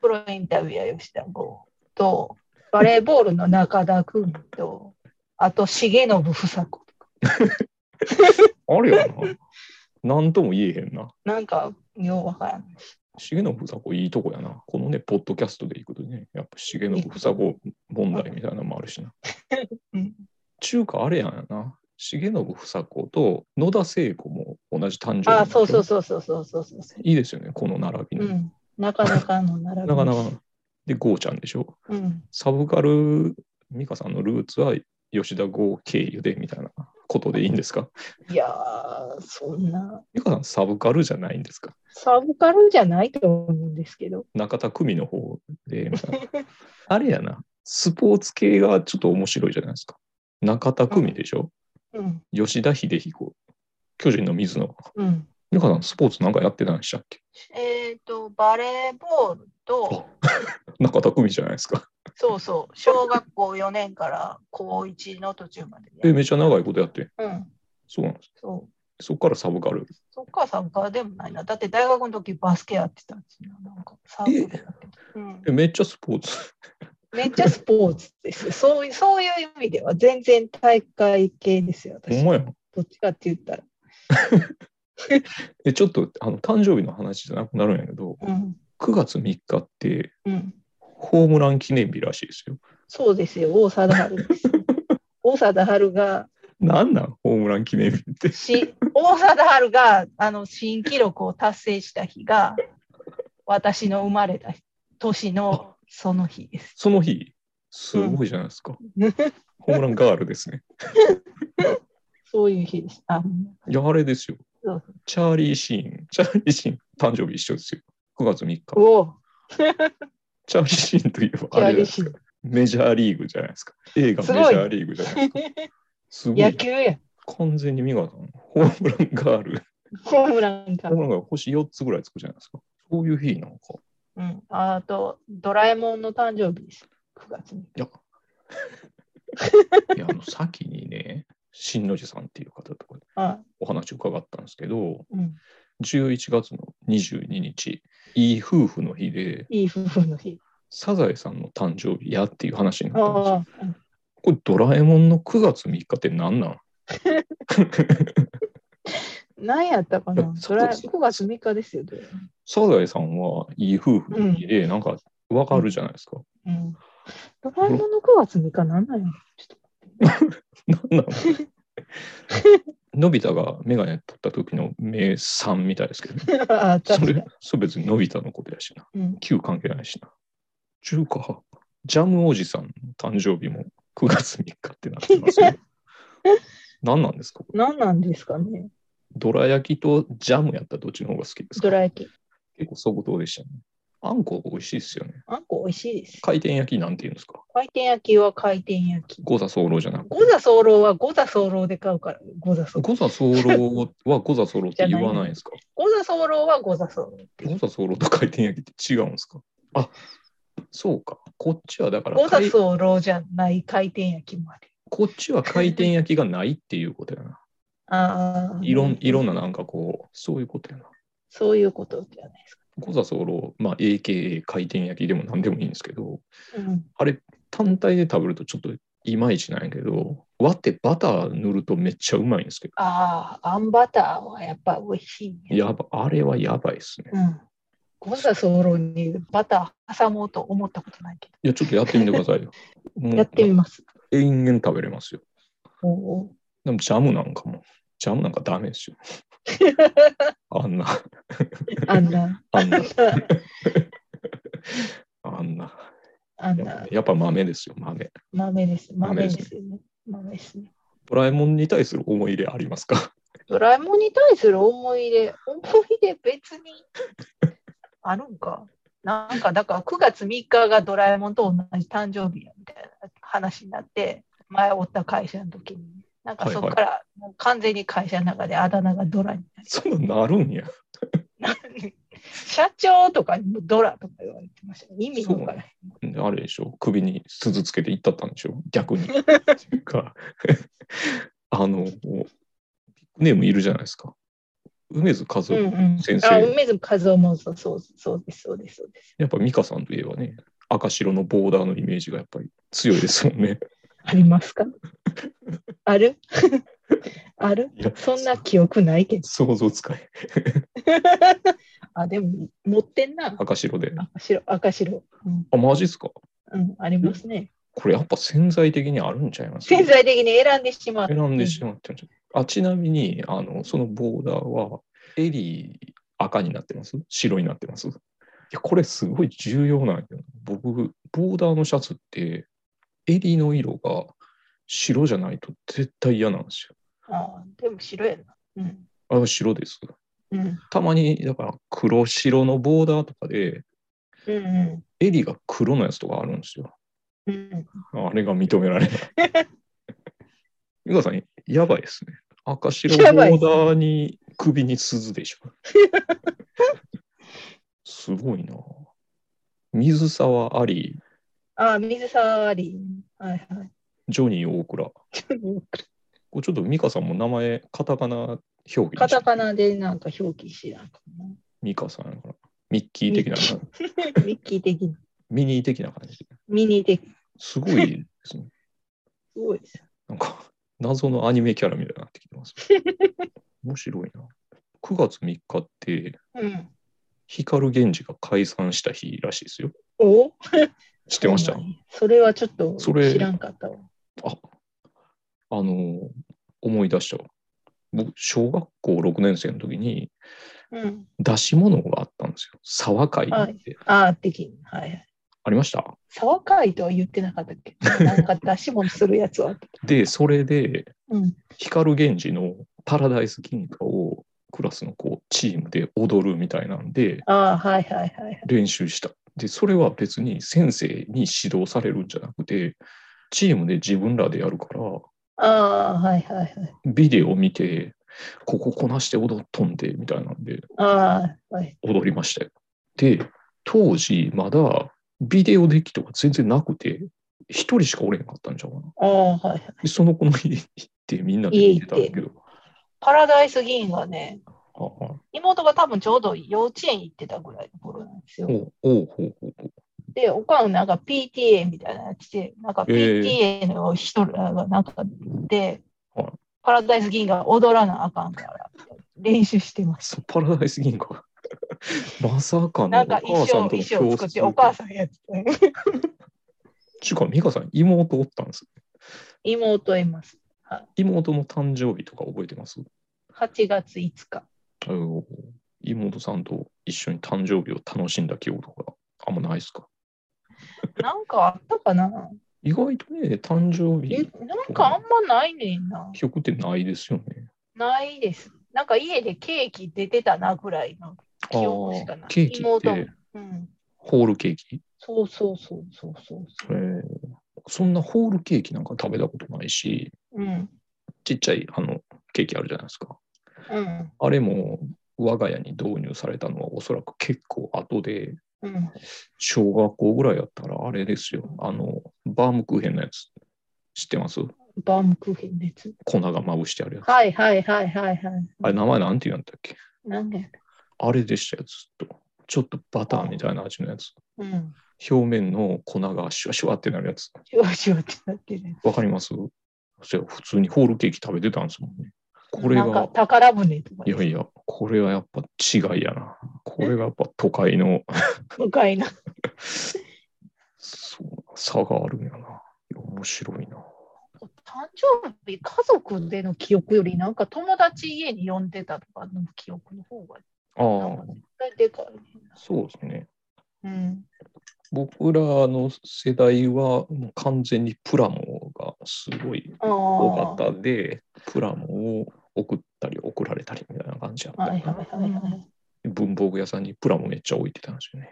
プロインタビュアー吉田剛と、バレーボールの中田君と、あと、重信房子。あるよな。なんとも言えへんな。なんか、ようわからん。重信房子いいとこやな。このね、ポッドキャストで行くとね、やっぱ重信房子問題みたいなのもあるしな。うん中華あれやんな。重信房子と野田聖子も同じ誕生日。あ、そうそう。そうそうそうそうそうそいいですよね、この並びう。うね。ん。なかなかの並び。なかなか。で、ゴーちゃんでしょ。うん。サブカル美香さんのルーツは吉田剛経由でみたいなことでいいんですかいやー、そんな。美香さんサブカルじゃないんですかサブカルじゃないと思うんですけど。中田久美の方で [laughs] みたいなあれやなスポーツ系がちょっと面白いじゃないですか中田久美でしょ、うん。吉田秀彦巨人の水野うん。美香さんスポーツなんかやってないでしたっけえっ、と、バレーボールと、 [laughs] 中田久美じゃないですかそうそう、小学校4年から高1の途中までやえる。めっちゃ長いことやってうん。そうなんですそう。そっからサブカルそっからサブカルでもないな。だって大学の時バスケやってたんですよ。なんかサークルだけどうんえめっちゃスポーツめっちゃスポーツです。そういうそういう意味では全然大会系ですよ。ほ私んまやどっちかって言ったら。えちょっとあの誕生日の話じゃなくなるんやけどうん。 9月3日ってうん。ホームラン記念日らしいですよそうですよ。大貞治です。大貞治が、なんなんホームラン記念日ってし大貞治があの新記録を達成した日が、私の生まれた年のその日です。その日、すごいじゃないですか。うんホームランガールですね。そういう日です。あいや、あれですよそう。チャーリー・シーン、チャーリー・シーン、誕生日一緒ですよ。9月3日。おお、チャーリー・シーンといえばあじゃあれで嬉すしいか。メジャーリーグじゃないですか。映画メすジごいャーリーグじゃないですか。すご野い。球や。完全に美香さん、ホームランガール、ホームランかホーム。ランガール星4つぐらいつくじゃないですか。そういう日なんか。うん、あと、ドラえもんの誕生日です。9月に。 [laughs] いや、いやあの先にね、新の字さんっていう方とかあお話伺ったんですけど、うん、 11月の22日、いい夫婦の日で、いい夫婦の日。サザエさんの誕生日やっていう話になったんですよ。ああ、うんこれ、ドラえもんの9月3日って何なん何やったかなそドラえ9月3日ですよ。ドラえサザエさんはいい夫婦の日で、なんかわかるじゃないですか。もんうんドラえもんの9月3日なんなんやちょっ何なののび太が眼鏡取った時の目さんみたいですけど、ね、とああ、そ [laughs] 確かれ、それ別にのび太のことやしな。に。うん、 9関係ないしな。中華、ジャムおじさんの誕生日も9月3日ってなって [laughs] ますよ。何なんですか何なんですかねドラ焼きとジャムやったらどっちの方が好きですドかラ焼き。結構即答でしたね。あんこ美味しいですよね。あんこ美味しいです。回転焼きなんて言うんですか回転焼きは回転焼き。五座候じゃなく五座候は五座候で買うから、五座候。五座候は五座候って言わないんで [laughs] すか五座候は五座候っていう五。座候と回転焼きって違うんですかあそうか。こっちはだから五座回候じゃない回転焼きもある。こっちは回転焼きがないっていうことや [laughs] な。ああ。いろんいろんななんかこう、そういうことやな。そういうことじゃないですか。五座候、まあ AKA 回転焼きでも何でもいいんですけど、うん、あれ単体で食べるとちょっといまいちなんやけど、割ってバター塗るとめっちゃうまいんですけど、ああ、あんバターはやっぱ美味しい、ね。やば、あれはやばいですね。うん。ゴンザソーロにバター挟もうと思ったことないけいや、ちょっとやってみてください [laughs] よ。もど、やってみます。延々食べれますよ。おうでもジャムなんかも、ジャムなんかダメ [laughs] ですよ。あんな、あ [laughs] んな、あんな、あんな。あんやっなぱ、やっぱ豆ですよ、豆。豆です。豆豆ですですよね。豆ですね。ドラえもんに対する思い入れありますか [laughs] ドラえもんに対する思い入れ、思い入れ別 [laughs] にあるんか。なんか、だから9月3日がドラえもんと同じ誕生日やみたいな話になって、前おった会社の時に、なんかそこからもう完全に会社の中であだ名がドラに [laughs] なりそんなんなるんや。社長とかにもドラとか言われてました。意味わからない。あれでしょ首に鈴つけていったったんでしょ逆 [laughs] に。っていうか、 [laughs] あの、ビッグネームいるじゃないですか。梅津和夫うんうん先生あ、梅津和夫もそうそうそうです、そうです、そうです。やっぱ美香さんといえばね、赤白のボーダーのイメージがやっぱり強いですも [laughs] んね。ありますかある [laughs] あるいやそんな記憶ないけど。想像つかい。 [laughs] あ、でも、持ってんな。赤白で。赤白、赤白。うん、あ、マジっすかうん、ありますね。これやっぱ潜在的にあるんちゃいます潜在的に選んでしまう。選んでしまってるんちゃうあ、ちなみに、あの、そのボーダーは、エリー赤になってます白になってますいや、これすごい重要なんよ。僕、ボーダーのシャツって、エリーの色が白じゃないと絶対嫌なんですあでも白やな。うん。よ。あ、白です。うん。たまに、だから黒白のボーダーとかで、うんうん。エリーが黒のやつとかあるんですよ。うん、あれが認められ [laughs] ない。美香さん、やばいですね。赤白ボやばいーですねダーに首に鈴でし [laughs] ょ。すごいな。水沢あり、あ、水沢あり。はい [laughs] はい。ジョニー大倉。これちょっと美香さんも名前、カタカナ表記にしカタカナでなんか表記しなあかんな。美香さんやから。ミッキー的な感じ、ミッキー的に。ミニー的な感じ。ミニ的。すすごいです [laughs] ね。ごいですよ。なんか、謎のアニメキャラみたいになってきてます。面白いな。9月3日って、うん。光源氏が解散した日らしいですよ。お知ってましたそうなんやそれはちょっとそれ知らんかったわ。あのー、思い出したわ。僕、小学校6年生の時にうん。出し物があったんですよ。沢会って、はいああ、的に。はいはい。ありました沢会とは言ってなかったっけなんか出し物するやつはあった。で、それで、うん。光源氏のパラダイス銀貨をクラスのこうチームで踊るみたいなんでああ、はいはいはいはい。練習した。で、それは別に先生に指導されるんじゃなくて、チームで自分らでやるから、ああ、はいはいはい。ビデオ見て、こここなして踊っとんで、みたいなんでああ、はい。踊りましたよ。で、当時まだビデオデッキとか全然なくて、一人しかおれんかったんちゃうかな。ああ、はいはい。でその子の家に行ってみんなで見てたんだけど、パラダイス議員がね、ああお妹が多分ちょうど幼稚園行ってたぐらいの頃なんですよ。うおうほうほうほうで、おかんなんか PTA みたいなやつで、なんかえ PTA の人らがなんかで、はいパラダイス銀河踊らなあかんから、練習してます。そうパラダイス銀行。 [laughs] まさかのなおんか衣母さ装んと衣の教装作っ室て、お母さんやっててちゅうか、美香さん、妹おったんです。妹います。妹の誕生日とか覚えてます8月5日。あの妹さんと一緒に誕生日を楽しんだ記憶とかあんまないですかなんかあったかな意外とね、誕生え日なんかあんまないねんな。記憶ってないですよね。ないです。なんか家でケーキ出てたなぐらいの記憶しかなあー。いケーキっ妹もて。うん。ホールケーキ、そうそうそうそうそうそえう。ーそんなホールケーキなんか食べたことないし、うん。ちっちゃいあのケーキあるじゃないですか。うん。あれも我が家に導入されたのはおそらく結構後で、うん。小学校ぐらいやったらあれですよ。あの、バームクーヘンのやつ。知ってますバームクーヘンです。粉がまぶしてあるやつ。はいはいはいはいはい。あれ、名前なんて言うんだっけなんだよ。あれでしたよ、ずっと。ちょっとバターみたいな味のやつ。うん。表面の粉がシュワシュワってなるやつ。シュワシュワってなってる。わかりますそれ普通にホールケーキ食べてたんですもんね。これなんかが、宝船とかいやいや、これはやっぱ違いやな。これがやっぱ都会の向かいな。そう差があるんやな。いや面白いな。誕生日、家族での記憶より、なんか友達家に呼んでたとかの記憶の方が、なんあか絶対でかいね。あ、そうですね。うん。僕らの世代はもう完全にプラモがすごいあ多かあっー。たで、プラモを送ったり送られたりみたいな感じやったはよいなはいはいはい。文房具屋さんにプラモめっちゃ置いてたんですよね。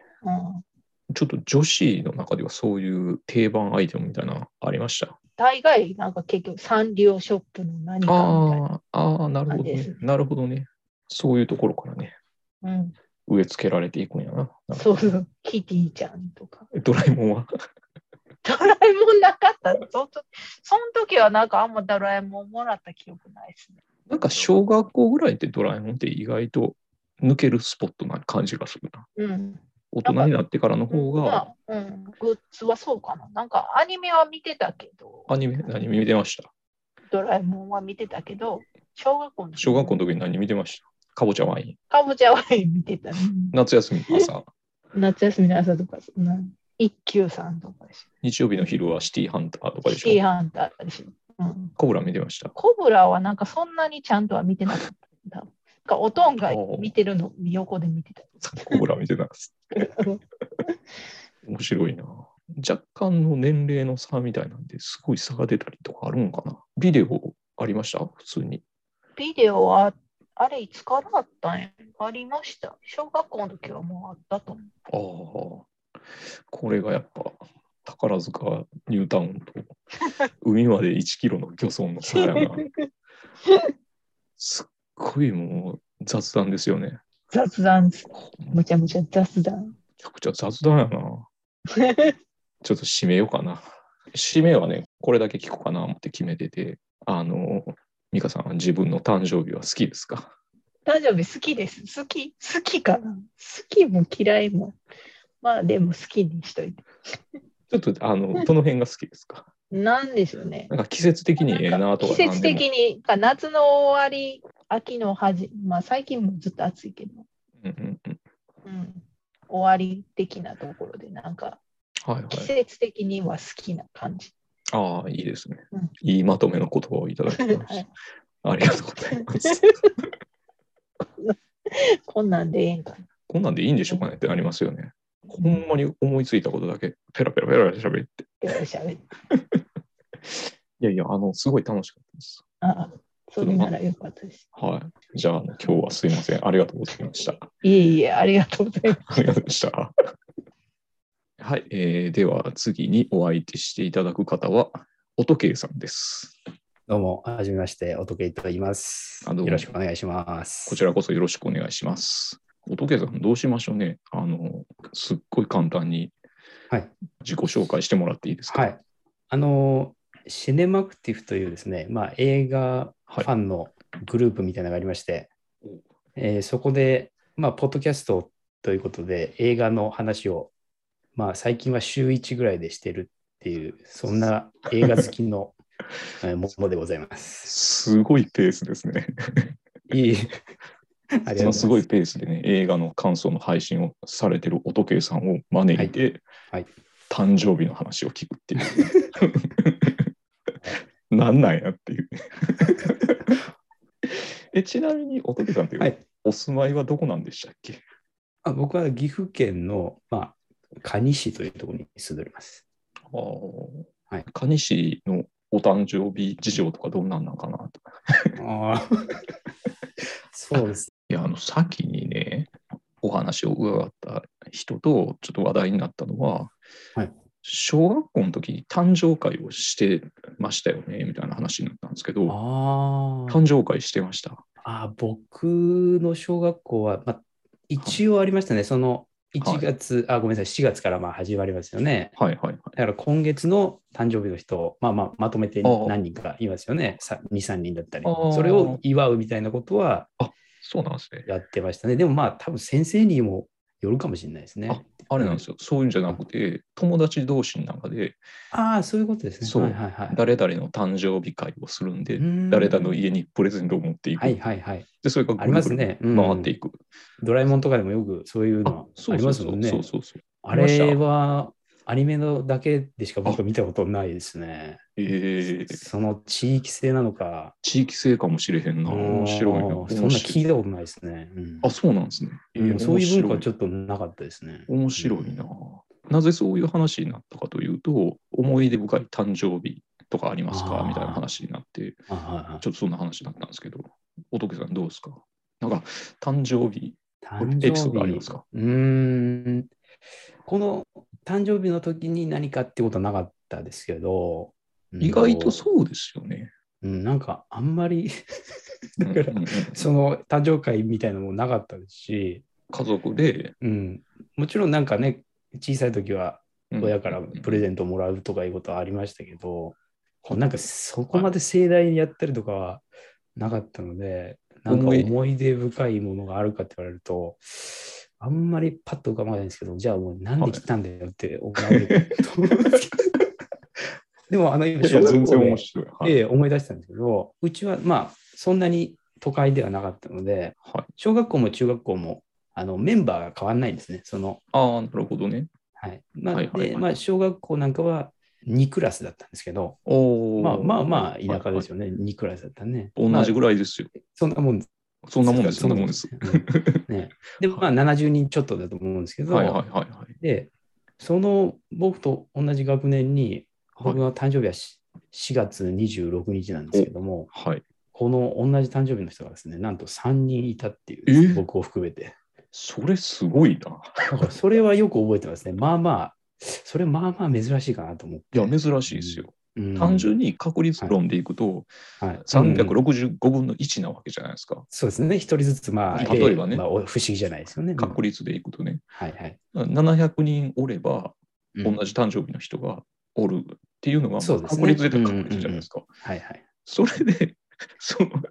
うん、ちょっと女子の中ではそういう定番アイテムみたいなのありました。大概、なんか結局、サンリオショップの何かみたいああ、ああ、なるほどあれでねす。なるほどね。そういうところからね、な。うん。植え付けられていくんやな。なんかそうそう。キティちゃんとか。ドラえもんは。 [laughs] ドラえもんなかった。そんとその時はなんかあんまドラえもんもらった記憶ないですね。なんか小学校ぐらいってドラえもんって意外と抜けるスポットな感じがするな。うん。大人になってからの方が、まあうん、グッズはそうかな。なんかアニメは見てたけど、アニメ、何見てましたドラえもんは見てたけど、小学校の時小学校の時に何見てましたかぼちゃワイン。かぼちゃワイン見てた、ね。夏休みの [laughs] 朝。夏休みの朝とか、そんな一休さんとかでし日曜日の昼はシティハンターとかょ。でシテしィょ。ハンターでしょ。うん、コブラ見てました。コブラはなんかそんなにちゃんとは見てなかった。なんかおとんが見てるの横で見てた。コブラ見てたんです。面白いな。若干の年齢の差みたいなんですごい差が出たりとかあるのかな。ビデオありました普通に。ビデオはあれいつからあったんやありました。小学校の時はもうあったと思う。ああ。これがやっぱ宝塚ニュータウンと海まで1キロの漁村の差や [laughs] な。すっごいもう雑談ですよね。雑談です。めむちゃむちゃ雑談。ちゃくちゃ雑談やな。[laughs] ちょっと締めようかな。締めはね、これだけ聞こうかな思って決めてて、あの、美香さんは自分の誕生日は好きですか誕生日好きです。好き、好きかな。好きも嫌いも。まあでも好きにしといて。ちょっと、あの、どの辺が好きですかなんでしょうね。なんか季節的にええなとか季節なんで的にか夏の終わり、秋の始め、まあ最近もずっと暑いけど、もうんうんうんうん、終わり的なところで、なんかはい季はい。節的には好きな感じ。ああ、いいですねうん。いいまとめの言葉をいただきまはしいた。ありがとうございます。 [laughs] こんなんでええんかな。こんなんでいいんでしょうかねってなりますよね。ほんまに思いついたことだけ、ペラペラペラペラ喋って。ペラペラ喋っていやいや、あの、すごい楽しかったです。ああ、それならよかったです。はい。じゃあ、今日はすいません。ありがとうございました。いえいえ、ありがとうございます。ありがとうございました。はい、えーでは次にお相手していただく方は、音圭さんです。どうも、はじめまして、おとけいと言います。あよどうもろしくお願いします。こちらこそよろしくお願いします。音圭さん、どうしましょうね。あの、すっごい簡単にはい自己紹介してもらっていいですか。はい。あの、シネマクティフというですね、まあ、映画フはいァンのグループみたいなのがありまして、おえーそこで、まあ、ポッドキャストということで、映画の話を、まあ、最近は週1ぐらいでしてるっていう、そ [laughs] んな映画好きのえーものでございます。すごいペースですね。い [laughs] い。ありがとうございそのます。すごいペースでね、映画の感想の配信をされてる音圭さんを招いて、はいはい誕生日の話を聞くっていう。 [laughs] なんなんやっていう。えちなみに音圭さんって、はいお住まいはどこなんでしたっけあ僕は岐阜県の、まあ、蟹市というところに住んでおります。あー、はい蟹市のお誕生日事情とかどんなんなんかなとか。ああ。そうです。いや、あの、先にね、お話を伺った人と、ちょっと話題になったのは、はい小学校の時に誕生会をしてましたよね、みたいな話になったんですけど、あー誕生会してました。あー、僕の小学校は、まあ、一応ありましたね。その1月、あ、ごめんなさい、4月からまあ始まりますよね。はいはいはい。だから今月の誕生日の人、まあまあ、まとめてああ何人かいますよね。さ2、3人だったりああ。それを祝うみたいなことはそうなんですね。やってましたね。でもまあ、多分先生にもよるかもしれないですね。あれなんですよ。そういうんじゃなくて、友達同士の中で、ああ、そういうことですね。そうはいはいはい。誰々の誕生日会をするんで、誰誰々の家にプレゼントを持っていく。はいはいはい。で、それがあぐりるまぐするね。うん回っていく。ドラえもんとかでもよくそういうのはありますもんね。そうそうそう。あれはアニメのだけでしか僕は見たことないですね。えーその地域性なのか。地域性かもしれへんな。面白いな。うん面そんな白聞いいたことないですね。うんあ、そうなんですね。えうんーそういう文化はちょ面っとなかったですね。白い面白いな。なぜそういう話になったかというと、思い出深い誕生日とかありますあかーみたいな話になって、あはいはいちょっとそんな話になったんですけど、仏さんどうですかなんか、誕生日、誕生エ日ピソードありますかうーん。この誕生日の時に何かってことはなかったですけど。うん意外とそうですよね。うん、なんかあんまり [laughs] だからうんうんうんその誕生会みたいなのもなかったですし、家族で、うん、もちろんなんかね小さい時はうん親からプレゼントもらうとかいうことはありましたけど、こうなんかそこまで盛大にやったりとかはなかったので、なんか思い思い出深いものがあるかって言われるとあんまりパッと浮かばないんですけどじゃあもうなんで来たんだよって思われると思うんで [laughs] すけどでもあのい今やいや小学全校然で面白い。はいで思い出したんですけど、うちはまあそんなに都会ではなかったので、はい小学校も中学校もあのメンバーが変わらないんですね。そのああ、なるほどね。はいまあはいはいはいでまあ、小学校なんかは2クラスだったんですけど、おーまあまあまあ田舎ですよ。よね、2クラスだったね。同じぐらい、らいですよ。そんなもんです。そんなもんです、そんなもん [laughs] です。うんね、で、まあ70人ちょっとだと思うんですけど、はいはいはいはい。で、その僕と同じ学年に、僕の誕生日はし4月26日なんですけども、はい。この同じ誕生日の人がですね、なんと3人いたっていうえです、僕を含め [laughs] て。それすごいな。だからそれはよく覚えてますね。まあまあ、それまあまあ珍しいかなと思って。いや、珍しいですよ。うん単純に確率論でいくと、はいうん365分の1なわけじゃないですか。そうですね、一人ずつ、まあ、例えばねまあ、お不思議じゃないですよね。うん確率でいくとね。はいはい。 700人おれば、う同んじ誕生日の人がおるっていうのが、まあそうですね確率で言うと確率じゃないですか。はいはい。それで、 [laughs] その、言っ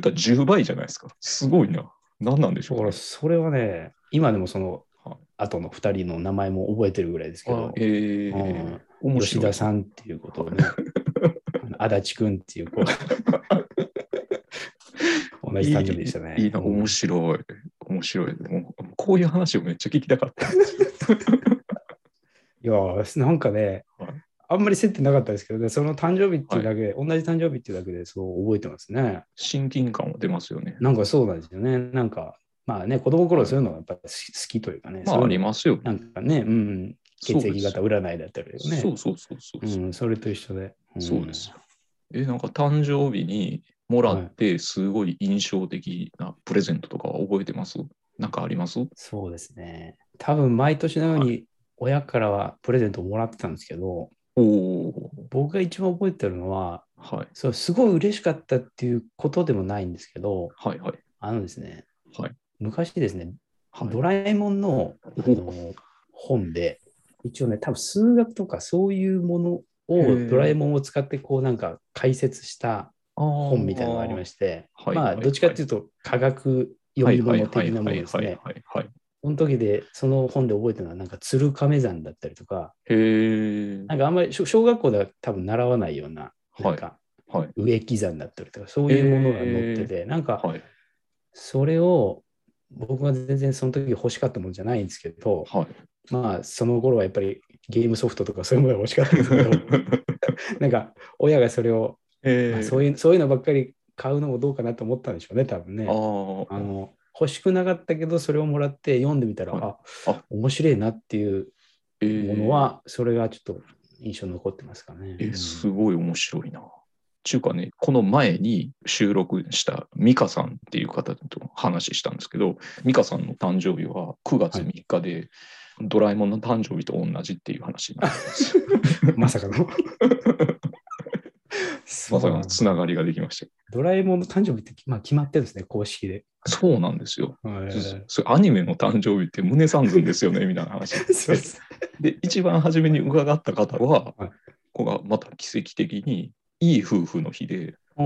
たら10倍じゃないですか。すごいな。何なんでしだょかう、ら、ね。それはね、今でもそのはい、後の二人の名前も覚えてるぐらいですけあど、えーうん面吉白い田。さんっていうこと [laughs] ね、足立くんっていう子。同じ誕生日でしたね。いいな、面白い。面白い。もうこういう話をめっちゃ聞きたかったんですよ。いやー [laughs] なんかねはい、あんまり接点なかったですけどね、その誕生日っていうだけで、同じ誕生日っていうだけで、そう覚えてますね。親近感は出ますよね。なんかそうなんですよね。なんか、まあね、子供の頃そういうのがやっぱり好き好きというかね、まあ、そういうあのりますよ。なんかね、うん、血そう液です型占いだったりとかね、そうそうそうそう。うん、それと一緒で。んそうですよ。え、なんか誕生日にもらって、すごい印象的なプレゼントとかは覚えてますなんかありますそうですね。多分毎年のように親からはプレゼントをもらってたんですけど、おお僕が一番覚えてるのは、ー、はい、そうすごい嬉しかったっていうことでもないんですけど、はい、はい。あのですね、はい昔ですね、はいドラえもんのあおの本で、一応ね、多分数学とかそういうものへをードラえもんを使ってこうなんか解説した本本みたいなのがありまして、はいまはあいどっちかっていうと科学は読いみはい物は的いなもはのいですはいね。はいはい。その時でその本で覚えてるのはなんか鶴亀山だったりとか、へえ。なんかあんまり小小学校では多分習わないような、なんかはいはい植木山だったりとか、そういうものが載ってて、なんか、はい、それを僕は全然その時欲しかったものじゃないんですけど、はい。 [laughs] まあその頃はやっぱりゲームソフトとかそういうものが欲しかったんですけ [laughs] ど、なんか親がそれを、えまあそういう、そういうのばっかり買うのもどうかなと思ったんでしょうね、多分ね。あああ、の欲しくなかったけど、それをもらって読んでみたら、はああ面白いなっていうえものは、それがちょっと印象に残ってますかね。えうんすごい面白いな。ちゅうかね、この前に収録した美香さんっていう方と話したんですけど、美香さんの誕生日は9月3日で、ドラえもんの誕生日と同じっていう話になって [laughs] ます。まさ [laughs] かの。そまうさかのつながりができました。ドラえもんの誕生日って、まあ、決まってるんですね、公式で。そうなんですよ。えーそれアニメの誕生日って胸三寸ですよね、みたいな話。そうですで、一番初めに伺った方は、はいここがまた奇跡的にいい夫婦の日で、お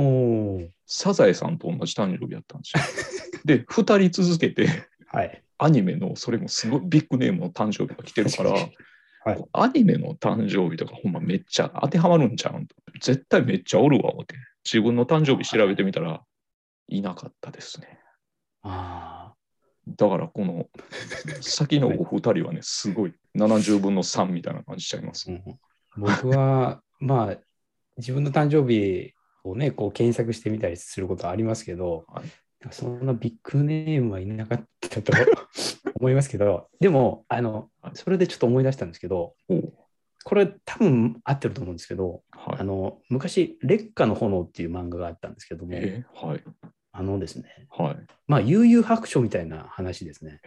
ーサザエさんと同じ誕生日やったんですよ。[laughs] で、2人続けて、はい。アニメのそれもすごいビッグネームの誕生日が来てるから、確 [laughs] はいこうアニメの誕生日とかほんまめっちゃ当てはまるんちゃうん絶対めっちゃおるわ思って自分の誕生日調べてみたらいなかったですねあだからこの先のお二人はねすごい70分の3みたいな感じしちゃいますーうん僕は、 [laughs] まあ、自分の誕生日をね、こう検索してみたりすることはありますけど、はいなんかそんなビッグネームはいなかったと [laughs] 思いますけど、でも、あの、それでちょっと思い出したんですけど、おうこれ多分合ってると思うんですけど、はいあの昔、烈火の炎っていう漫画があったんですけども、えはいあのですね、はいまあ、悠々白書みたいな話ですね。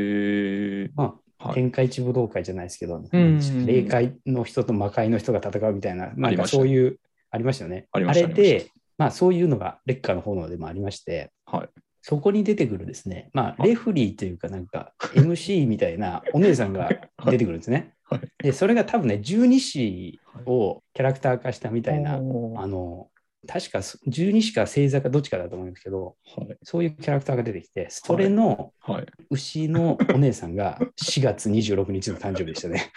へえまあ、はい天下一武道会じゃないですけど、うんうん霊界の人と魔界の人が戦うみたいな、なあんりかましたねそういう、ありましたよね。ありましたれありまで、まあ、そういうのが烈火の炎でもありまして、はいそこに出てくるですね、まあ、はいレフリーというか、なんか MC みたいなお姉さんが出てくるんですね。はいで、それが多分ね、十二子をキャラクター化したみたいな、おーあの、確か十二子か星座かどっちかだと思うんですけど、はいそういうキャラクターが出てきて、それのはい牛のお姉さんが4月26日の誕生日でした [laughs] ね。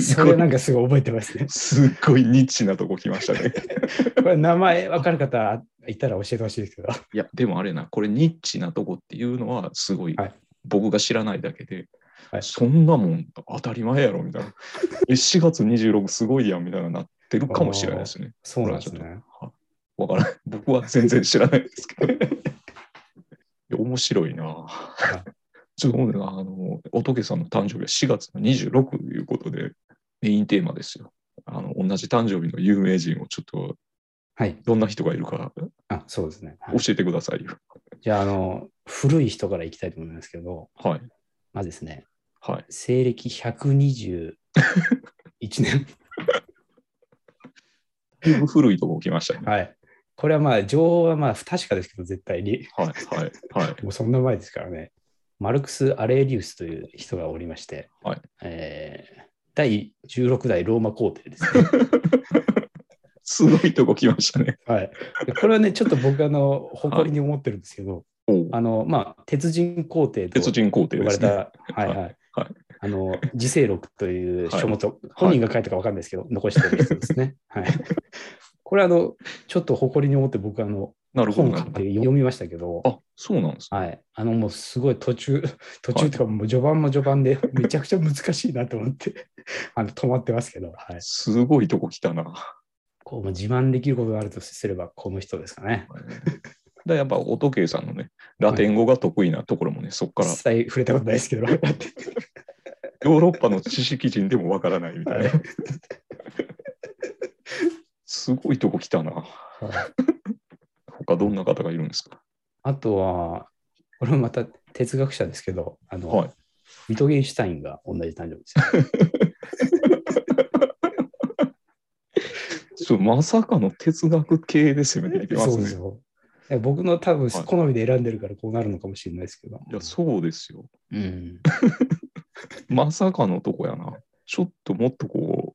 それなんかすごい覚えてますね。 [laughs] すっごいニッチなとこ来ましたねこれ名前わかる方いたら教えてほしいですけど。いや、でもあれな、これニッチなとこっていうのは、すごい、はい僕が知らないだけで、はいそんなもん当たり前やろみたいな。 [laughs] え、4月26すごいやんみたいななってるかもしれないですね。そうなんですね。わからない。 [laughs] 僕は全然知らないですけど。 [laughs] いや面白いな。ちょっとごめんなあの、仏さんの誕生日は4月の26ということで、メインテーマですよ。あの同じ誕生日の有名人をちょっとはい。どんな人がいるかあそうですね。はい教えてくださいよ。じゃあ、あの、古い人からいきたいと思いますけど、はい。まずですね、はい。西暦121年。 [laughs] だいぶ古いとこ来ましたね。はい。これはまあ、情報はまあ、不確かですけど、絶対に。はいはいはいもうそんな前ですからね。マルクス・アレーリウスという人がおりまして、はいえー第16代ローマ皇帝ですね。すごいとこ来ましたね。はい、でこれはね、ちょっと僕あの誇りに思ってるんですけど、おうあのまあ、鉄人皇帝と鉄人皇帝で呼ばれすた、ね。はいはいはいあの自世録という書物、本人が書いたかわかんないですけど、残してる人ですね。はい、これあの、ちょっと誇りに思って僕あのなるほど本な買るっほてど。読みましたけど、あそうなんですね。はい、あのもうすごい途中、途中とかもう序盤も序盤でめちゃくちゃ難しいなと思って、あの止まってますけど、はい、すごいとこ来たな。 [laughs] こうもう自慢できることがあるとすれば、この人ですかね。だからやっぱお時計さんのね、ラテン語が得意なところもね、そこ一から切触れたことないですけど、ヨーロッパの知識人でもわからないみたいな。 [laughs] すごいとこ来たな。他どんな方がいるんですかあとは、これもまた哲学者ですけど、あの、はいミトゲンシュタインが同じ誕生日ですよ。そうまさかの哲学系で攻めてきてまそすうでね。すよ。僕の多分はい好みで選んでるからこうなるのかもしれないですけど。いや、そうですよ。うん、まさかのとこやな。ちょっともっとこ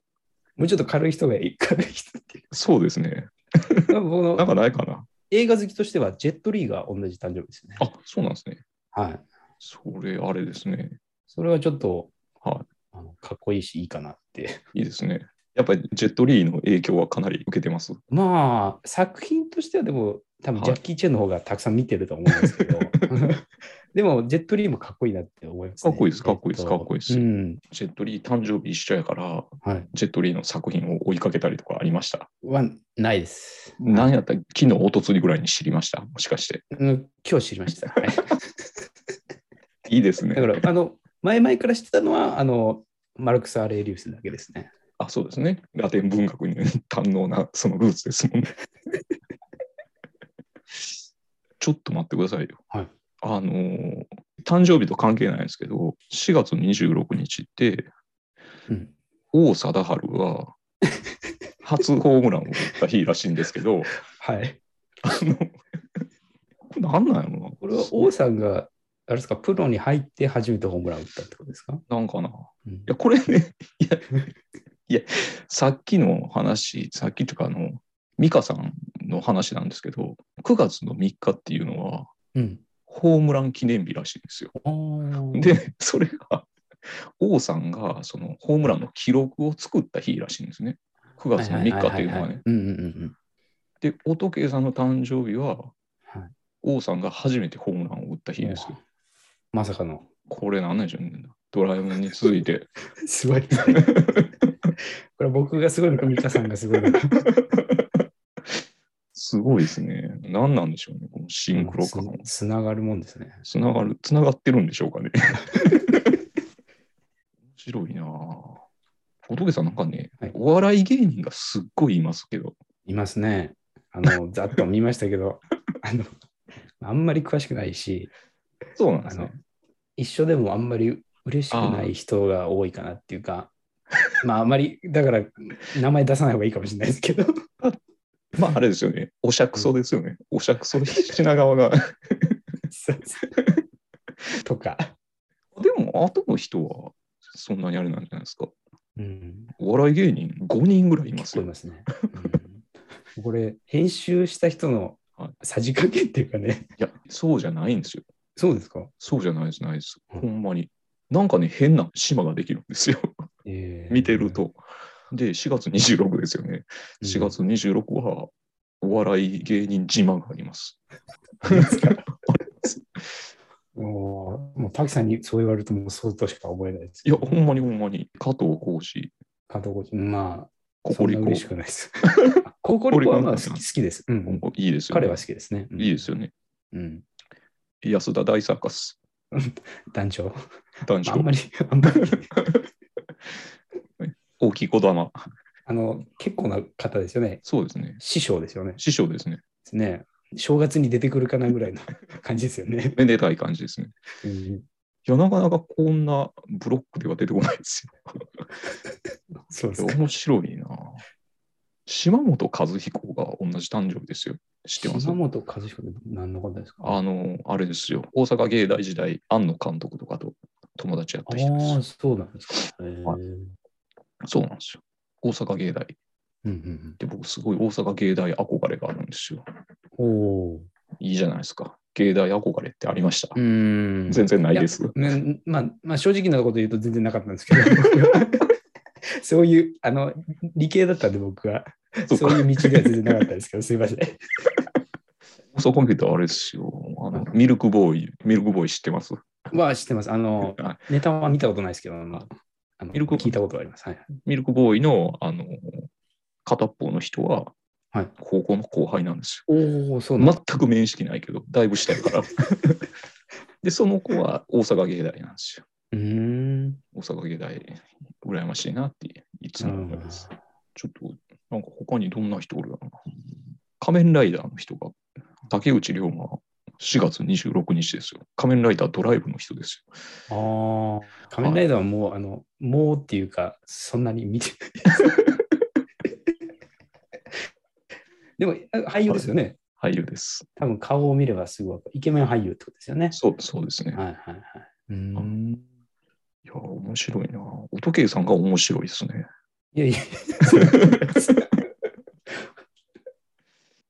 もうちょっと軽い人がいい。軽い人っていうう、そうですね。 [laughs] か。僕のなんかないかな。映画好きとしては、ジェットリーが同じ誕生日ですね。あそうなんですね。はい。それ、あれですね。それはちょっと、はあのかっこいいし、いいかなって。いいですね。やっぱりジェットリーの影響はかなり受けてます。まあ、作品としてはでも、多分はいジャッキー・チェンの方がたくさん見てると思うんで [laughs] すけど、でも、ジェットリーもかっこいいなって思います、ね。かっこいいですかっこいいですかっこいいですうん。ジェットリー誕生日一緒やから、はい。ジェットリーの作品を追いかけたりとかありました。は、ないです。何やったら昨日、おとつりぐらいに知りました。もしかして。うん今日知りました。はいいいですねだ。から、あの、前々から知ってたのは、あの、マルクス・アレーリウスだけですね。あ、そうですね。ラテン文学に、 [laughs] 堪能なそのルーツですもんね。 [laughs] ちょっと待ってくださいよ。はいあのー誕生日と関係ないんですけど、4月26日って、うん王貞治が初ホームランを打った日らしいんですけど、はい。あの、これなんなんやろな。これは王さんが、あれですか、プロに入って初めてホームラン打ったってことですか、なんかな。いうんや、これね、いや、いや、さっきの話、さっきというか、あの、美香さんの話なんですけど、9月の3日っていうのは、うん。ホームラン記念日らしいんですよ。あー、で、それが、王さんがそのホームランの記録を作った日らしいんですね。9月の3日っていうのはね。。うんうんうんで、乙啓さんの誕生日は、はい王さんが初めてホームランを打ったう日ん。ですよ。まさかの。これなんなんでしょうね。ドラえもんに続いて。すごいですね。 [laughs] これ僕がすごいのか、ミカさんがすごいのか。すごいですね。何なんでしょうね。このシンクロ感。つつながるもんですね。つながる、つながってるんでしょうかね。 [laughs] 面白いなぁ。仏さんなんかね、はいお笑い芸人がすっごいいますけど、いますね。あの、ざっと見ましたけど、あの、あんまり詳しくないし、そうなんであすのね。、一緒でもあんまり嬉しくない人が多いかなっていう [laughs] か、まあ、あまり、だから、名前出さない方がいいかもしれないですけど、 [laughs] まああれですよね。おしゃくそですよね。おしゃくそ品川が。そうそうとか、でも、後の人はそんなにあれなんじゃないですか。うん、お笑い芸人5人ぐらいいま聞すこえよ。ますね。うんこれ、編集した人のさじ加減っていうかね、いや、そうじゃないんですよ。そうですか、そうじゃないです、ないです。うんほんまに。なんかね、変な島ができるんですよ。えー見てる、と。で、4月26ですよね。うん4月26は、お笑い芸人自慢があります。 [laughs] もう、もうパキさんにそう言われると、もうそうとしか思えないですいけや、ど。ほんまにほんまに。加藤浩次、加藤浩次まあ、コそコんリなコ。嬉しくな [laughs] いです。ココリコはまあ好き好きです。うんうんいいですよね。彼は好きですね。うんいいですよね。うん安田大サーカス、団長。男あん女ま、り、 [laughs] あんまり、大きい子玉。あの、結構な方ですよね。そうですね。師匠ですよね。師匠ですね。ですね。正月に出てくるかなぐらいの [laughs] 感じですよね。めでたい感じですね。うんいや、なかなかこんなブロックでは出てこないですそうですよ。いかや。面白いな。島本和彦が同じ誕生日ですよ。知ってます島本和彦って何の方ですかあの、あれですよ。大阪芸大時代、庵野監督とかと友達やっあた人ですー、。そうなんですか。へーはそうなんですよ。大阪芸大。うんで、僕、すごい大阪芸大憧れがあるんですよ。うんおお。いいじゃないですか。芸大憧れってありました。うん全然ないです。ね、まあ、まあ、正直なこと言うと全然なかったんですけ [laughs] ど、僕はそういう、あの、理系だったんで僕は、そうそうか。いう道では全然なかったですけど、すいません。 [laughs] 大阪芸大あれですよ。あの、ミルクボーイ、ミルクボーイ知ってますは知ってます。あの、はい [laughs] ネタは見たことないですけど、あのあのミルク聞いたことはあります。はい。ミルクボーイの、あの、片っぽの人ははい、高校の後輩なんですよ。おお、そうなんだ。全く面識ないけど、だいぶ下やから。で、その子は大阪芸大なんですよ。うーん。大阪芸大、羨ましいなって、いつも思います。ちょっと、なんか他にどんな人おるやろな。仮面ライダーの人が、竹内涼真、4月26日ですよ。仮面ライダードライブの人ですよ。ああ。仮面ライダーはもう、あの、もうっていうか、そんなに見て [laughs] ないです。でも、俳優ですよね。俳優です。多分顔を見ればすぐわかるイケメン俳優ってことですよね。そうそうですね。はいはいはい。うーん。いや、面白いな。音圭さんが面白いですね。いやいや。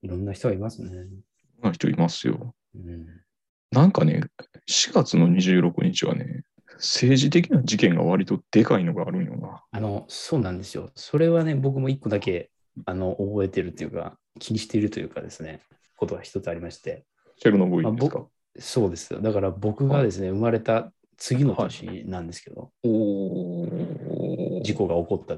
いろんな人がいますね。こんな人いますよ。うん、なんかね、4月の26日はね、政治的な事件が割とでかいのがあるんよな。あの、そうなんですよ。それはね、僕も一個だけ、あの、覚えてるというか、気にしているというかですね、ことが一つありまして。チェルノブイリですか。そうです。だから僕がですね、生まれた次の年なんですけど、おー事故が起こった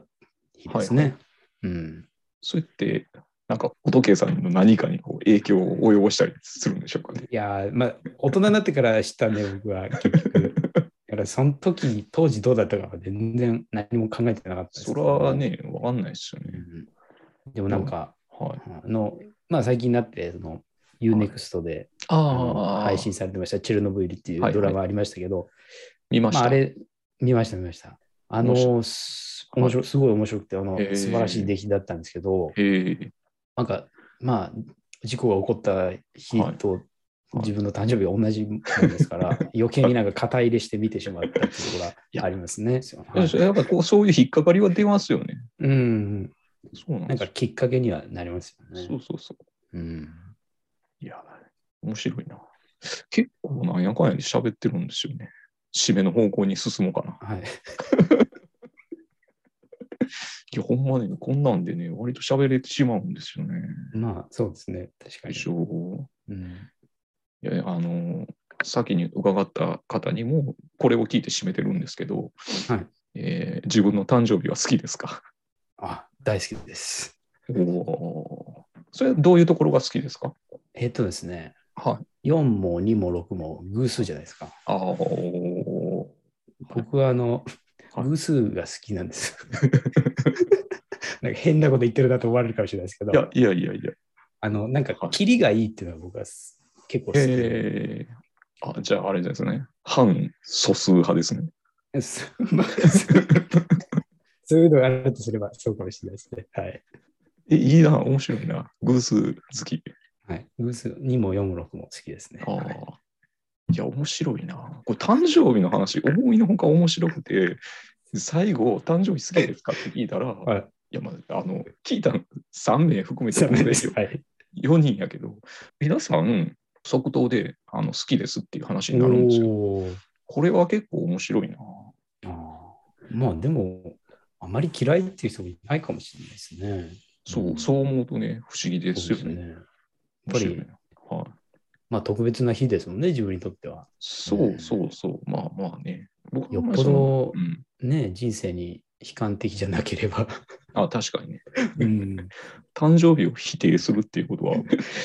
日ですね。うん。そうやって、なんか、お時計さんの何かにこう影響を及ぼしたりするんでしょうかね。いやー、まあ、大人になってから知ったんで、僕は結 [laughs] 局。だから、その時、当時どうだったかは全然何も考えてなかったですそけれど。はね、わかんないですようね。ん。でもなんか、はい。あの、まあ、最近になって、その、 UNEXT であのああ、配信されてました、チェルノブイリっていはういドラマありましたけど、見ましまあ、た。あれ、見ました、見ました。あ面白の、す面白すごい面白くて、あの、へえ素晴らしい出来だったんですけど、へえなんか、まあ、事故が起こった日と自分の誕生日が同じもんで [laughs] すから、余計になんか肩入れして見てしまったっていうところがありますね。はいやっぱこうそういう引っかかりは出ますよね。うん、そうなんなでんすかきっかけにはなりますよそねう。そうそう。うん、いや、面白いな。結構なんやかんやで喋ってるんですよね。締めの方向に進もうかな。はい、いや、ほんまね、こんなんでね、割と喋れてしまうんですよね。まあ、そうですね、確かでに。しょうん、いや、あの、先に伺った方にも、これを聞いて締めてるんですけど、はいえー自分の誕生日は好きですかあ大好きです。おおー。それはどういうところが好きですかえっとですね、はい。 4も2も6も偶数じゃないですか。ああ、お僕はあの、はい偶数が好きな [laughs] んです。なんか変なこと言ってるなと思われるかもしれないですけどー。い、や、いやいやいや。あの、なんかはい、キリがいいっていうのは僕はす結構好きで。えー、あ、じゃああれですね。反素数派ですね。 [laughs] まあそういうのがあるとすればそうかもしれないですね。はい。え、いいな、面白いな。偶数好き。はい、偶数2も4も6も好きですね。あはいあ。いや、面白いな。これ、誕生日の話、思いのほか面白くて、最後、誕生日好きですかって聞いたら、はいい、や、まあ、あの、聞いたの3名含めてそうなんでですすよはい。 4人やけど、皆さん、即答であの好きですっていう話になるんですよ。おーこれは結構面白いな。あーまあでも、あまり嫌いっていう人もいないかもしれないですね。そう、うんそう思うとね、不思議ですよそうね。やっ面ぱ白いりね、はい。まあ特別な日ですもんね、自分にとっては。そうそうそう、まあまあね。僕はあんまりよっぽどそのうん。ね、人生に悲観的じゃなければ。あ、確かにね。うん、誕生日を否定するっていうことは、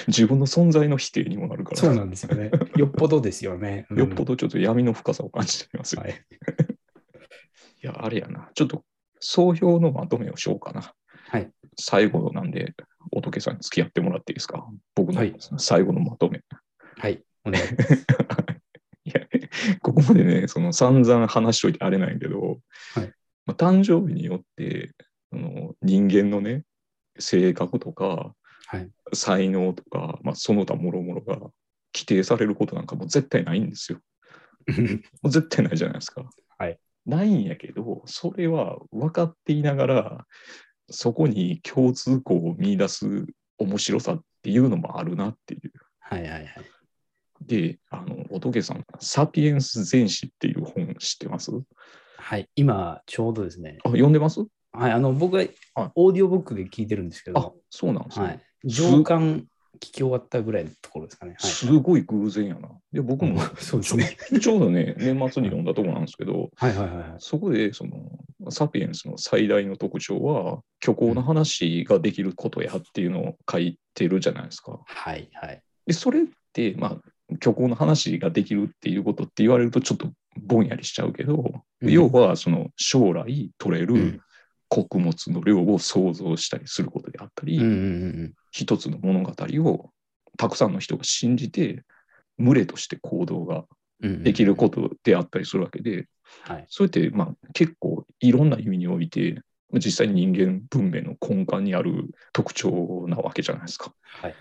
自分の存在の否定にもなるから、 [laughs] そうなんですよね。よっぽどですよね。うんよっぽどちょっと闇の深さを感じていますよ、はい。 [laughs] いや、あれやな。ちょっと、総評のまとめをしようかな。はい。最後なんで、仏さんに付き合ってもらっていいですか僕のはい最後のまとめ。 [laughs] はい。お願いしますいや、ここまでね、その散々話しといてあれないけど、はいまあ、誕生日によってあの人間のね、性格とか、 [laughs] はい [laughs] 才能とか、まあ、その他諸々が規定されることなんかもう絶対ないんですよ。もう絶対ないじゃないですか。はいないんやけど、それは分かっていながら、そこに共通項を見出す面白さっていうのもあるなっていう。はいはいはい。で、あの、仏さん、サピエンス全史っていう本知ってますあ、はい。今、ちょうどですね。読んでますはい。あの、僕ははいオーディオブックで聞いてるんですけあど、、そうなんですね。はい。上巻聞き終わったぐらいのところですかね。すはい。ごい偶然やな。で、僕も、そうですね。ちょうどね、年末に読んだとこなんですけど、はいはいはいはい。そこで、その、サピエンスの最大の特徴は、虚構の話ができることやっていうのを書いてるじゃないですか。はいはい。で、それって、まあ、虚構の話ができるっていうことって言われると、ちょっとぼんやりしちゃうけど、うん要は、その、将来取れる、うん穀物の量を想像したりすることであったり、うんうんうん一つの物語をたくさんの人が信じて群れとして行動がうんうん。できることであったりするわけで、はい。それってまあ結構いろんな意味において実際に人間文明の根幹にある特徴なわけじゃないですか。はい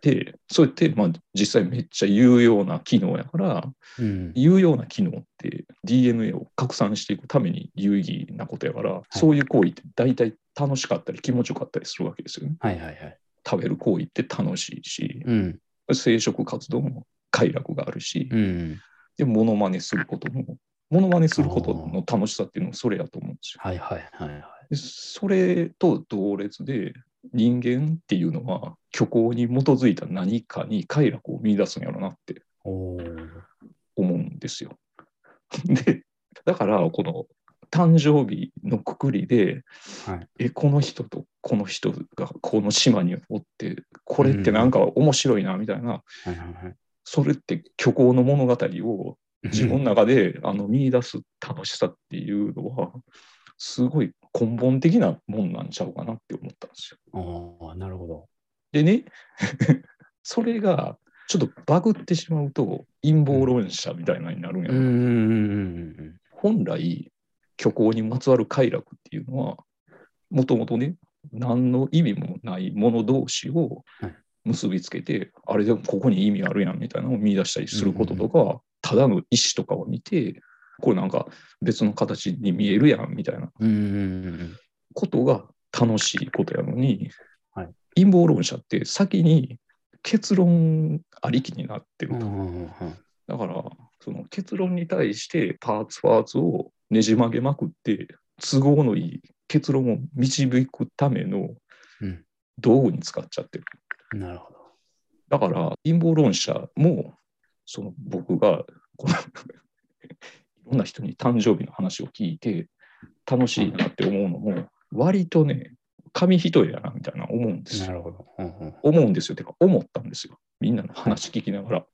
でそれってまあ実際めっちゃ有用な機能やからうん。有用な機能って DNA を拡散していくために有意義なことやから、そういう行為って大体楽しかったり気持ちよかったりするわけですよね。はいはいはい。食べる行為って楽しいし、うん。生殖活動も快楽があるし、うん。で、モノマネすることも、モノマネすることの楽しさっていうのはそれやと思うんですよ。はいはいはいはい。でそれと同列で、人間っていうのは虚構に基づいた何かに快楽を見出すんやろなっておー思うんですよ。 [laughs] でだからこの誕生日のくくりで、はいえこの人とこの人がこの島におってこれってなんか面白いなみたいな、はいはいはい。それって虚構の物語を自分の中であの見出す楽しさっていうのはすごい根本的なもんなんちゃうかなって思ったんですよ。ああ、なるほど。でね [laughs] それがちょっとバグってしまうと陰謀論者みたいなのになるんやうろんうん本来虚構にまつわる快楽っていうのはもともとね何の意味もないもの同士をはい結びつけて、あれでもここに意味あるやんみたいなのを見出したりすることとか、ただの意思とかを見てこれなんか別の形に見えるやんみたいなうんうんうんことが楽しいことやのに、はい陰謀論者って先に結論ありきになってるうと。んうんうんだからその結論に対してパーツパーツをねじ曲げまくって都合のいい結論を導くためのうん道具に使っちゃってる。うんなるほど。だから陰謀論者もその僕がこの [laughs] いろんな人に誕生日の話を聞いて楽しいなって思うのも割とね紙一重やなみたいな思うんですなよ。るほど。うんうん思うんですよ。てか思ったんですよ。みんなの話聞きながら。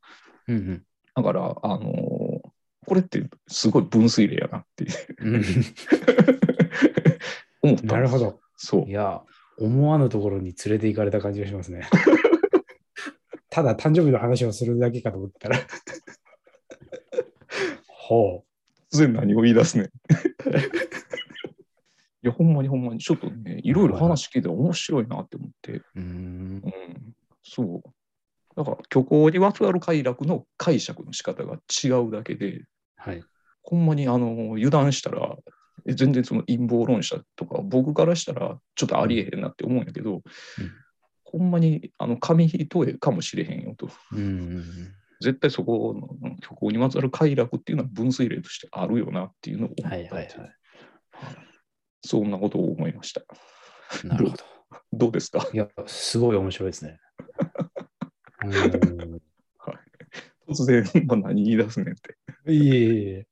うんだから、あのーこれってすごい分水嶺やなってうんうん思ったんです [laughs] なるほ。ど。そうい。や、思わぬところに連れて行かれた感じがしますね。 [laughs] ただ誕生日の話をするだけかと思ったら。 [laughs] ほ突然何を [laughs] 言い出すね。いや、ほんまにほんまに、ちょっとね、いろいろ話聞いて面白いなって思って、う。うんうん、そう。だから、虚構にまつわる快楽の解釈の仕方が違うだけで、はい。ほんまにあの油断したら、え全然その陰謀論者とか、僕からしたらちょっとありえへんなって思うんやけど、ほんまにあの紙一重かもしれへんよと。うんうんうん絶対そこのうん虚構にまつわる快楽っていうのは分水嶺としてあるよなっていうのを思ったっはてい、いうはいはい。そんなことを思いました。なるほど。どうです [laughs] かいや、すごい面白いですね。うん突然、まあ、何言い出すねんって。 [laughs] いえいえいえ。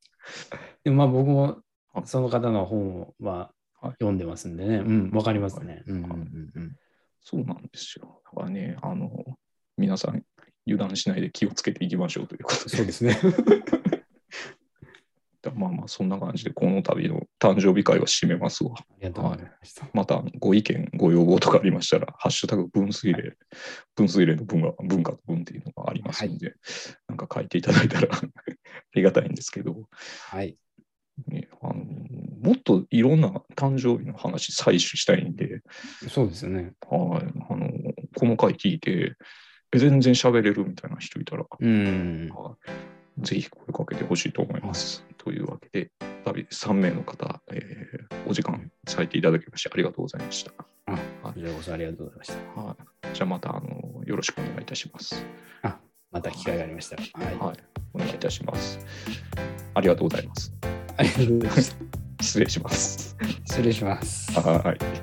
でもまあ僕もあその方の本をまあはい読んでますんでね。うん、わかりますね。うんうんはいうんそうなんですよ。だからね、あの皆さん油断しないで気をつけていきましょうということそうでで。す [laughs] ね。まあまあそんな感じでこの度の誕生日会は締めますわ。ありがとうございました。またあのご意見、ご要望とかありましたら、ハッシュタグ分水嶺、分水嶺の文が文化の文っていうのがありますので、なんか書いていただいたら [laughs] ありがたいんですけど、はい。ね、あのもっといろんな誕生日の話採取したいんで、そうですよね。はいあのこの回聞いて、え全然喋れるみたいな人いたら、うん。はいぜひ声かけてほしいと思います。というわけで、旅3名の方、えーお時間割いていただきましてありがとうございました。こちらこそありがとうございました。はい、じゃあまたあのよろしくお願いいたします。あ、また機会がありましたら。はい。はい、お願いいたします。ありがとうございます。ありがとうございました。 [laughs] 失礼します。失礼します。はい。